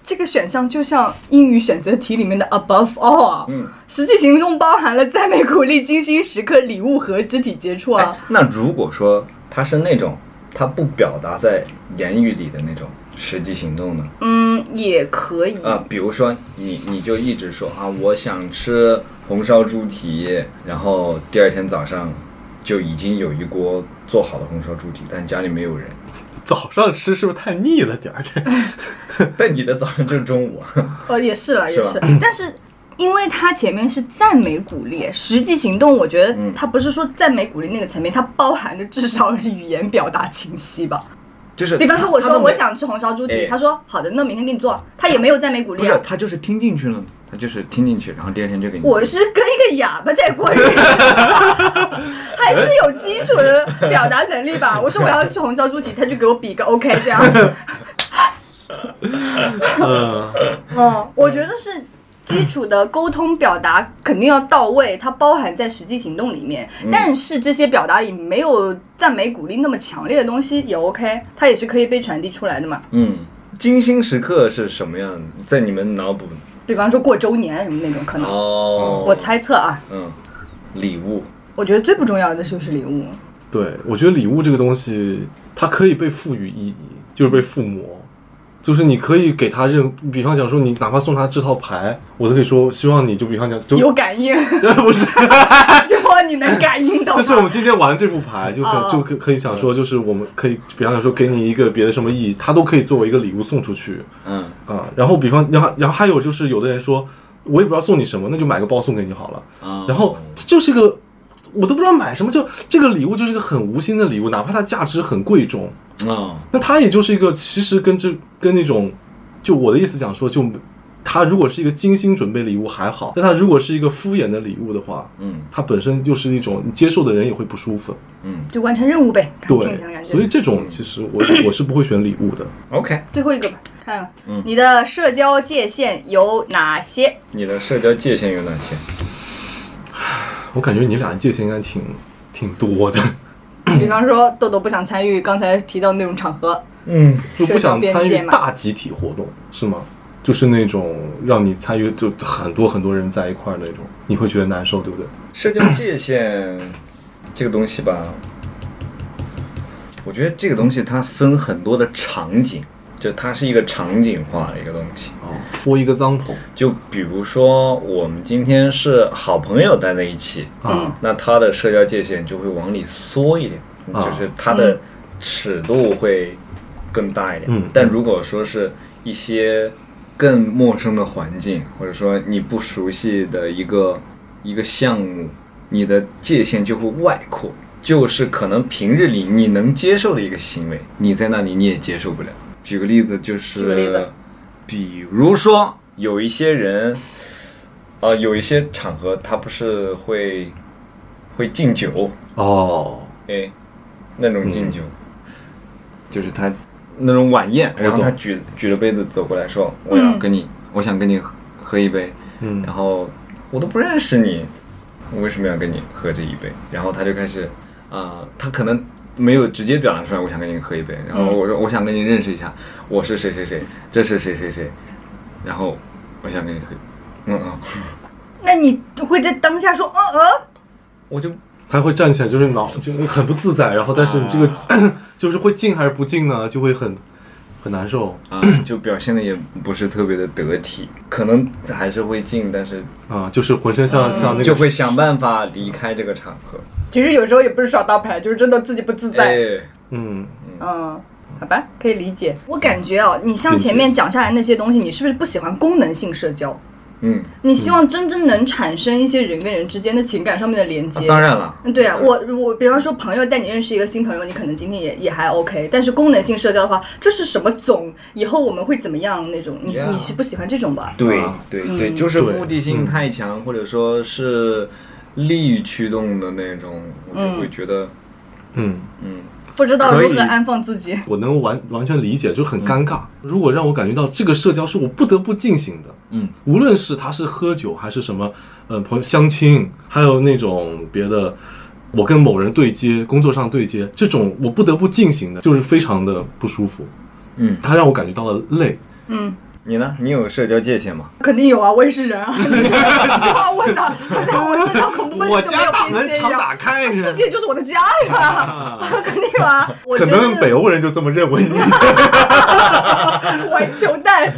Speaker 4: 这个选项就像英语选择题里面的 above all，啊
Speaker 3: 嗯
Speaker 4: 实际行动包含了赞美、鼓励、精心时刻、礼物和肢体接触啊
Speaker 3: 哎。，那如果说他是那种他不表达在言语里的那种实际行动呢？
Speaker 4: 嗯，也可以。
Speaker 3: 啊，比如说你你就一直说啊，我想吃红烧猪蹄，然后第二天早上就已经有一锅做好的红烧猪蹄，但家里没有人， [LAUGHS]
Speaker 5: 早上吃是不是太腻了点儿？
Speaker 4: [LAUGHS]
Speaker 5: 这
Speaker 3: 但你的早上就是中午，啊
Speaker 4: 哦，也是了，也
Speaker 3: 是吧
Speaker 4: 是。但是，因为它前面是赞美鼓励，实际行动，我觉得
Speaker 3: 嗯
Speaker 4: 它不是说赞美鼓励那个层面，它包含着至少是语言表达清晰吧。
Speaker 3: [LAUGHS] 就是
Speaker 4: 比方说，
Speaker 3: 他
Speaker 4: 我
Speaker 3: 他
Speaker 4: 说
Speaker 3: 们
Speaker 4: 我想吃红烧猪
Speaker 3: 哎
Speaker 4: 蹄，他说好的，那明天给你做。他也没有赞美鼓
Speaker 3: 不
Speaker 4: 励
Speaker 3: 是
Speaker 4: 啊。
Speaker 3: 他就是听进去了，他就是听进去，然后第二天就给你做。
Speaker 4: 我是跟一个哑巴在过
Speaker 3: [LAUGHS]
Speaker 4: 日子，还是有基础的表达能力吧。我说我要吃红烧猪蹄，他就给我比个 OK 这样。嗯，我觉得是基础的沟通表达肯定要到位，它包含在实际行动里面。
Speaker 5: 嗯
Speaker 4: 但是这些表达里没有赞美鼓励那么强烈的东西也 OK，它也是可以被传递出来的嘛。
Speaker 3: 嗯，精心时刻是什么样？在你们脑补
Speaker 4: 比方说过周年什么那种可能，
Speaker 3: 哦
Speaker 4: 我猜测啊，
Speaker 3: 嗯，礼物
Speaker 4: 我觉得最不重要的就是礼物。
Speaker 5: 对，我觉得礼物这个东西，它可以被赋予意义，就是被附魔，就是你可以给他任，比方讲说你哪怕送他这套牌，我都可以说希望你就比方讲就
Speaker 4: 有感应，
Speaker 5: [LAUGHS] 不是， [LAUGHS]
Speaker 4: 希望你能感应到。
Speaker 5: 就是我们今天玩这副牌，就
Speaker 4: 哦
Speaker 5: 可就可可以想说，就是我们可以比方讲说给你一个别的什么意义，它都可以作为一个礼物送出去
Speaker 3: 嗯
Speaker 5: 啊、然后比方，然后然后还有就是有的人说，我也不知道送你什么，那就买个包送给你好了。
Speaker 4: 嗯
Speaker 3: 啊
Speaker 5: 然后这就是一个，我都不知道买什么，就这个礼物就是一个很无心的礼物，哪怕它价值很贵重，
Speaker 3: 啊
Speaker 5: 那它也就是一个其实跟这跟那种，就我的意思讲说，就它如果是一个精心准备礼物还好，但它如果是一个敷衍的礼物的话，
Speaker 3: 嗯
Speaker 5: 它本身就是一种你接受的人也会不舒服。
Speaker 3: 嗯
Speaker 4: 就完成任务呗，感觉嗯
Speaker 5: 对，所以这种其实我我是不会选礼物的。
Speaker 3: ，OK，
Speaker 4: 最后一个吧，看、啊
Speaker 5: 嗯
Speaker 4: 你的社交界限有哪些？
Speaker 3: 你的社交界限有哪些？
Speaker 5: 我感觉你俩界限应该挺挺
Speaker 4: [LAUGHS]
Speaker 5: 多的，
Speaker 4: 比方说豆豆不想参与刚才提到那种场合，
Speaker 3: 嗯，
Speaker 5: 就不想参
Speaker 4: 社交边界
Speaker 5: 与
Speaker 4: 嘛
Speaker 5: 大集体活动，是吗？就是那种让你参与就很多很多人在一块儿那种，你会觉得难受，对不对？
Speaker 3: 社交界限这个东西吧，我觉得这个东西它分很多的场景，就它是一个场景化的一个东西。
Speaker 5: 哦，for example，
Speaker 3: 就比如说，我们今天是好朋友待在一起，
Speaker 4: 嗯
Speaker 5: 啊，
Speaker 3: 那他的社交界限就会往里缩一点，
Speaker 5: 啊
Speaker 3: 就是他的尺度会更大一点。
Speaker 5: 嗯
Speaker 3: 但如果说是一些更陌生的环境，或者说你不熟悉的一个一个项目，你的界限就会外扩，就是可能平日里你能接受的一个行为，你在那里你也接受不了。举个例子就
Speaker 4: 举个例
Speaker 3: 是
Speaker 4: 子，
Speaker 3: 呃比如说有一些人，呃，有一些场合他不是会会敬酒，
Speaker 5: 哦，
Speaker 3: 哎，那种敬酒，就是他那种晚宴，然后他举举着杯子走过来说：“我要跟你，我想跟你喝喝一杯。”
Speaker 5: 嗯
Speaker 3: 然后我都不认识你，我为什么要跟你喝这一杯？然后他就开始，啊、他可能没有直接表达出来，我想跟你喝一杯。然后我说，我想跟你认识一下，我是谁谁谁，这是谁谁谁，然后我想跟你喝，嗯嗯，
Speaker 4: 那你会在当下说，嗯嗯，
Speaker 3: 我就
Speaker 5: 他会站起来，就是脑就很不自在，然后但是你这个、
Speaker 3: 啊
Speaker 5: [CLEARS THROAT] 就是会进还是不进呢，就会很很难受
Speaker 3: 啊、就表现的也不是特别的得体，可能还是会进，但是
Speaker 5: 啊，就是浑身像、像那个
Speaker 3: 就会想办法离开这个场合。
Speaker 4: 其实有时候也不是耍大牌，就是真的自己不自在。
Speaker 3: 哎，
Speaker 5: 嗯，
Speaker 4: 嗯，好吧，可以理解。我感觉哦，你像前面讲下来那些东西，你是不是不喜欢功能性社交？
Speaker 3: 嗯，
Speaker 4: 你希望真正能产生一些人跟人之间的情感上面的连接。
Speaker 3: 啊当然了，
Speaker 4: 嗯，对啊，我我比方说朋友带你认识一个新朋友，你可能今天也也还 OK，但是功能性社交的话，这是什么总？以后我们会怎么样那种？你
Speaker 3: Yeah
Speaker 4: 你是不喜欢这种吧？
Speaker 3: 对嗯
Speaker 5: 啊
Speaker 3: 对对，就是
Speaker 5: 对
Speaker 3: 目的性太强，或者说是利益驱动的那种，我就会觉得，
Speaker 5: 嗯，
Speaker 4: 不知道如
Speaker 3: 可以
Speaker 4: 何安放自己。
Speaker 5: 我能完完全理解，就很尴尬。如果让我感觉到这个社交是我不得不进行的，
Speaker 3: 嗯，
Speaker 5: 无论是他是喝酒还是什么，呃，朋友相亲，还有那种别的，我跟某人对接，工作上对接，这种我不得不进行的，就是非常的不舒服。
Speaker 3: 嗯
Speaker 5: 它让我感觉到了累，
Speaker 3: 你呢？你有社交界限吗？
Speaker 4: 肯定有啊，我也是人啊。你干嘛问的？好像我 [LAUGHS] 社交恐怖分子就没有边界一样。
Speaker 5: 开
Speaker 4: 啊世界就是我的家呀， [LAUGHS] 肯定有啊。我
Speaker 5: 可
Speaker 4: 觉
Speaker 5: 能北
Speaker 4: 得
Speaker 5: 欧人就这么认为你。
Speaker 4: 我球蛋，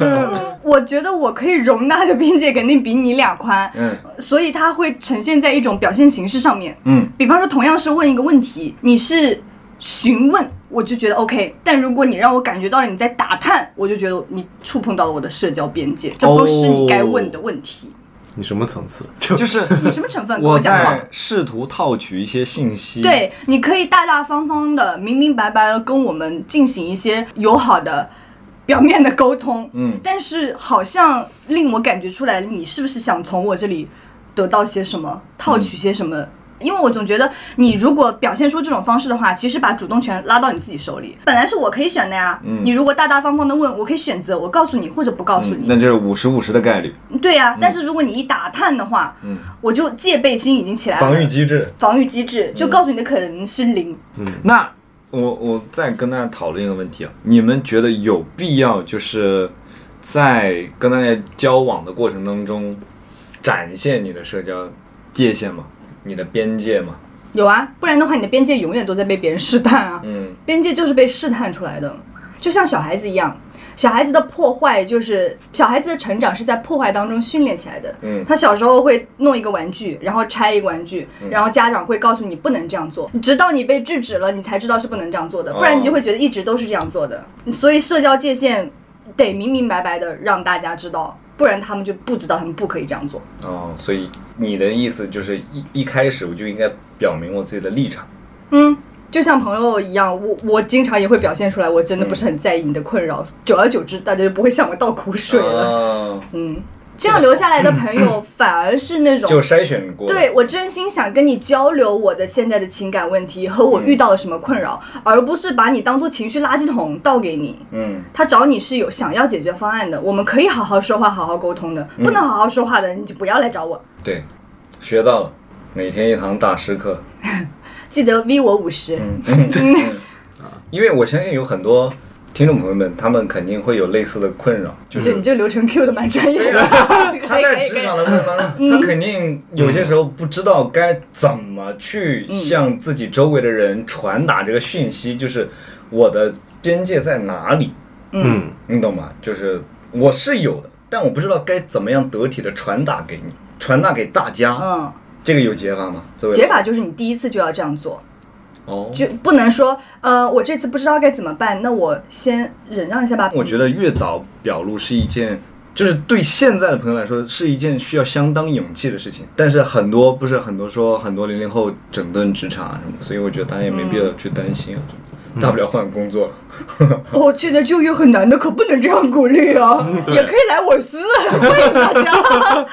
Speaker 4: 嗯我觉得我可以容纳的边界肯定比你俩宽，
Speaker 3: [LAUGHS] 嗯
Speaker 4: 所以它会呈现在一种表现形式上面。
Speaker 3: 嗯
Speaker 4: 比方说，同样是问一个问题，你是询问，我就觉得 OK；但如果你让我感觉到了你在打探，我就觉得你触碰到了我的社交边界，这不是你该问的问题。
Speaker 5: [LAUGHS] 你什么层次？
Speaker 3: 就是
Speaker 4: [LAUGHS] 你什么成分？跟
Speaker 3: 我
Speaker 4: 我讲话
Speaker 3: 在。试图套取一些信息，，
Speaker 4: 对，你可以大大方方的、明明白白的跟我们进行一些友好的、表面的沟通。
Speaker 3: 嗯
Speaker 4: 但是好像令我感觉出来，你是不是想从我这里得到些什么，套取些什么？
Speaker 3: 嗯
Speaker 4: 因为我总觉得，你如果表现出这种方式的话，其实把主动权拉到你自己手里。本来是我可以选的呀，你如果大大方方的问，我可以选择，我告诉你或者不告诉
Speaker 3: 嗯
Speaker 4: 你。
Speaker 3: 那就是五十五十的概率，
Speaker 4: 对呀、但是如果你一打探的话，我就戒备心已经起来
Speaker 3: 嗯
Speaker 4: 了，
Speaker 3: 防御机制。
Speaker 4: 防御机制就告诉你的可能是零。
Speaker 3: 那我我再跟大家讨论一个问题啊，你们觉得有必要就是在跟大家交往的过程当中展现你的社交界限吗？你的边界吗？
Speaker 4: 有啊，不然的话，你的边界永远都在被别人试探啊。
Speaker 3: 嗯
Speaker 4: 边界就是被试探出来的，就像小孩子一样，小孩子的破坏就是小孩子的成长是在破坏当中训练起来的。
Speaker 3: 嗯
Speaker 4: 他小时候会弄一个玩具，然后拆一个玩具，然后家长会告诉你不能这样做，直到你被制止了，你才知道是不能这样做的，不然你就会觉得一直都是这样做的。所以社交界限得明明白白的让大家知道，不然他们就不知道他们不可以这样做。
Speaker 3: 哦，所以你的意思就是一一开始我就应该表明我自己的立场。
Speaker 4: 嗯，就像朋友一样，我我经常也会表现出来，我真的
Speaker 3: 嗯
Speaker 4: 不是很在意你的困扰。久而久之，大家就不会向我倒苦水了。
Speaker 3: 哦
Speaker 4: 嗯， [LAUGHS] 这样留下来的
Speaker 3: [CLEARS THROAT]
Speaker 4: 朋友反而是那种
Speaker 3: 就筛选过。
Speaker 4: 对，我真心想跟你交流我的现在的情感问题和我遇到了什么困扰，而不是把你当做情绪垃圾桶倒给你。
Speaker 3: 嗯，
Speaker 4: 他找你是有想要解决方案的，我们可以好好说话、好好沟通的。
Speaker 3: 嗯
Speaker 4: 不能好好说话的，你就不要来找我。
Speaker 3: 对，学到了，每天一堂大师课。
Speaker 4: 记得 V 我五十、
Speaker 3: 嗯因为我相信有很多听众朋友们，他们肯定会有类似的困扰，就
Speaker 4: 对，
Speaker 3: 是啊
Speaker 4: 你这流程 Q 的蛮专业的。 [LAUGHS]
Speaker 3: 他在职场的过程当中，他肯定有些时候不知道该怎么去向自己周围的人传达这个讯息，就是我的边界在哪里，
Speaker 5: 嗯，
Speaker 3: 你懂吗？就是我是有的，但我不知道该怎么样得体的传达给你，传达给大家。
Speaker 4: 嗯。
Speaker 3: 这个有解法吗？作为
Speaker 4: 解法就是你第一次就要这样做，
Speaker 3: 哦，
Speaker 4: 就不能说，呃，我这次不知道该怎么办，那我先忍让一下吧。
Speaker 3: 我觉得越早表露是一件，就是对现在的朋友来说是一件需要相当勇气的事情。但是很多不是很多说很多零零后整顿职场啊什么的，所以我觉得大家也没必要去担心啊，
Speaker 4: 嗯
Speaker 3: 大不了换工作了。
Speaker 4: 哦，现在就业很难的，可不能这样鼓励啊，
Speaker 3: 嗯
Speaker 4: 也可以来我司，欢迎大
Speaker 3: [LAUGHS]
Speaker 4: 家。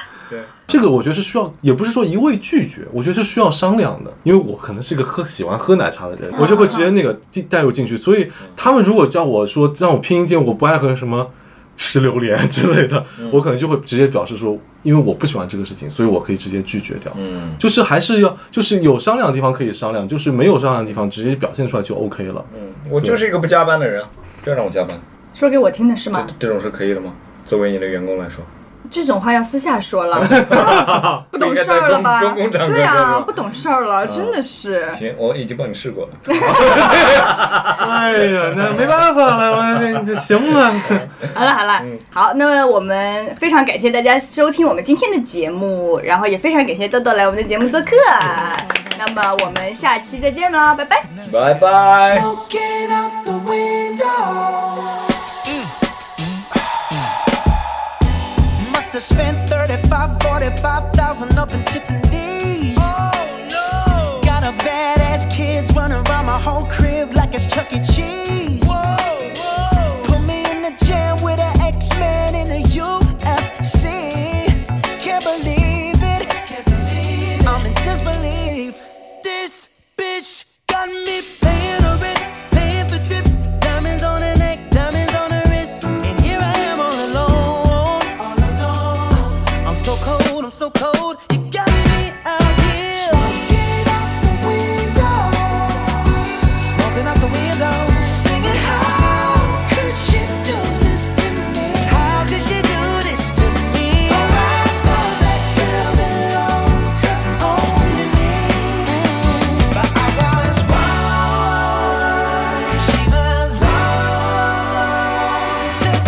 Speaker 5: 这个我觉得是需要，也不是说一味拒绝，我觉得是需要商量的。因为我可能是一个喝喜欢喝奶茶的人，我就会直接那个进带入进去。所以他们如果叫我说让我拼一件我不爱喝什么吃榴莲之类的，我可能就会直接表示说，因为我不喜欢这个事情，所以我可以直接拒绝掉。
Speaker 3: 嗯
Speaker 5: 就是还是要，就是有商量的地方可以商量，就是没有商量的地方直接表现出来就 OK 了。
Speaker 3: 嗯，我就是一个不加班的人啊，不要让我加班，
Speaker 4: 说给我听的是吗
Speaker 3: 这？这种是可以的吗？作为你的员工来说，
Speaker 4: 这种话要私下
Speaker 3: [LAUGHS]
Speaker 4: 说了，不懂
Speaker 3: 应该
Speaker 4: 事
Speaker 3: 在
Speaker 4: 儿了
Speaker 3: 公
Speaker 4: 吧？
Speaker 3: 公共场合
Speaker 4: 对啊，
Speaker 3: 说
Speaker 4: 不懂事儿了，真的是。
Speaker 3: 行，我已经帮你试过了。
Speaker 5: 哎呀，那没办法了，我这行了。
Speaker 4: 好了好了，
Speaker 3: 嗯
Speaker 4: 好，那么我们非常感谢大家收听我们今天的节目，然后也非常感谢豆豆来我们的节目做客。那么我们下期再见喽，拜拜。
Speaker 3: 拜拜。
Speaker 2: Smoking out the window.
Speaker 7: Must have spent 35, 45,000 up in Tiffany's.
Speaker 2: Oh
Speaker 7: Got a badass kids running around my whole crib like it's Chuck E. Cheese.
Speaker 2: no! Whoa, whoa!
Speaker 7: Put me in the gym with an X-Man in the UFC. Can't believe it.
Speaker 2: Can't believe
Speaker 7: So cold, I'm so cold. You got me out here.
Speaker 2: Smoking out the window.
Speaker 7: Smoking out the window.
Speaker 2: Singing, how could she do this to me?
Speaker 7: How could she do this to me?
Speaker 2: Oh, I thought that girl belonged to only me. But I was wrong. 'Cause she belonged to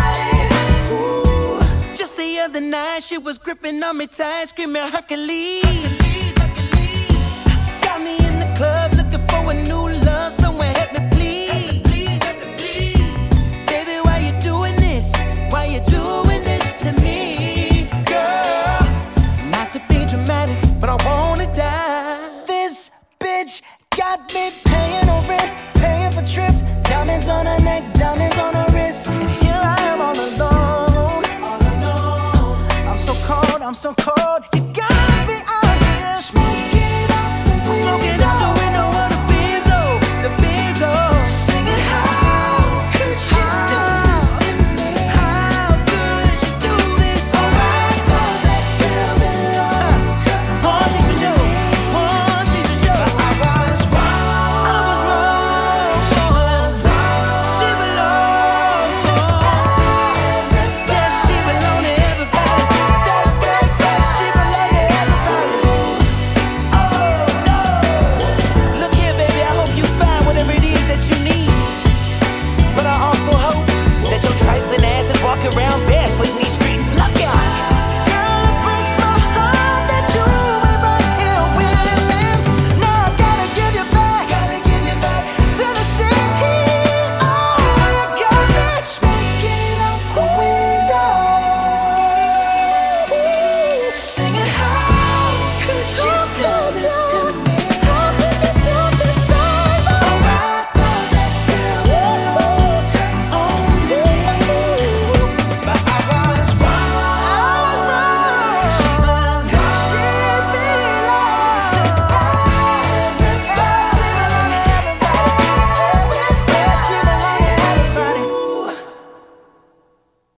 Speaker 2: everybody, everybody. Ooh.
Speaker 7: Just the other night, she was gripping on me tight, screaming Hercules. Got me in the club looking for a new love, so when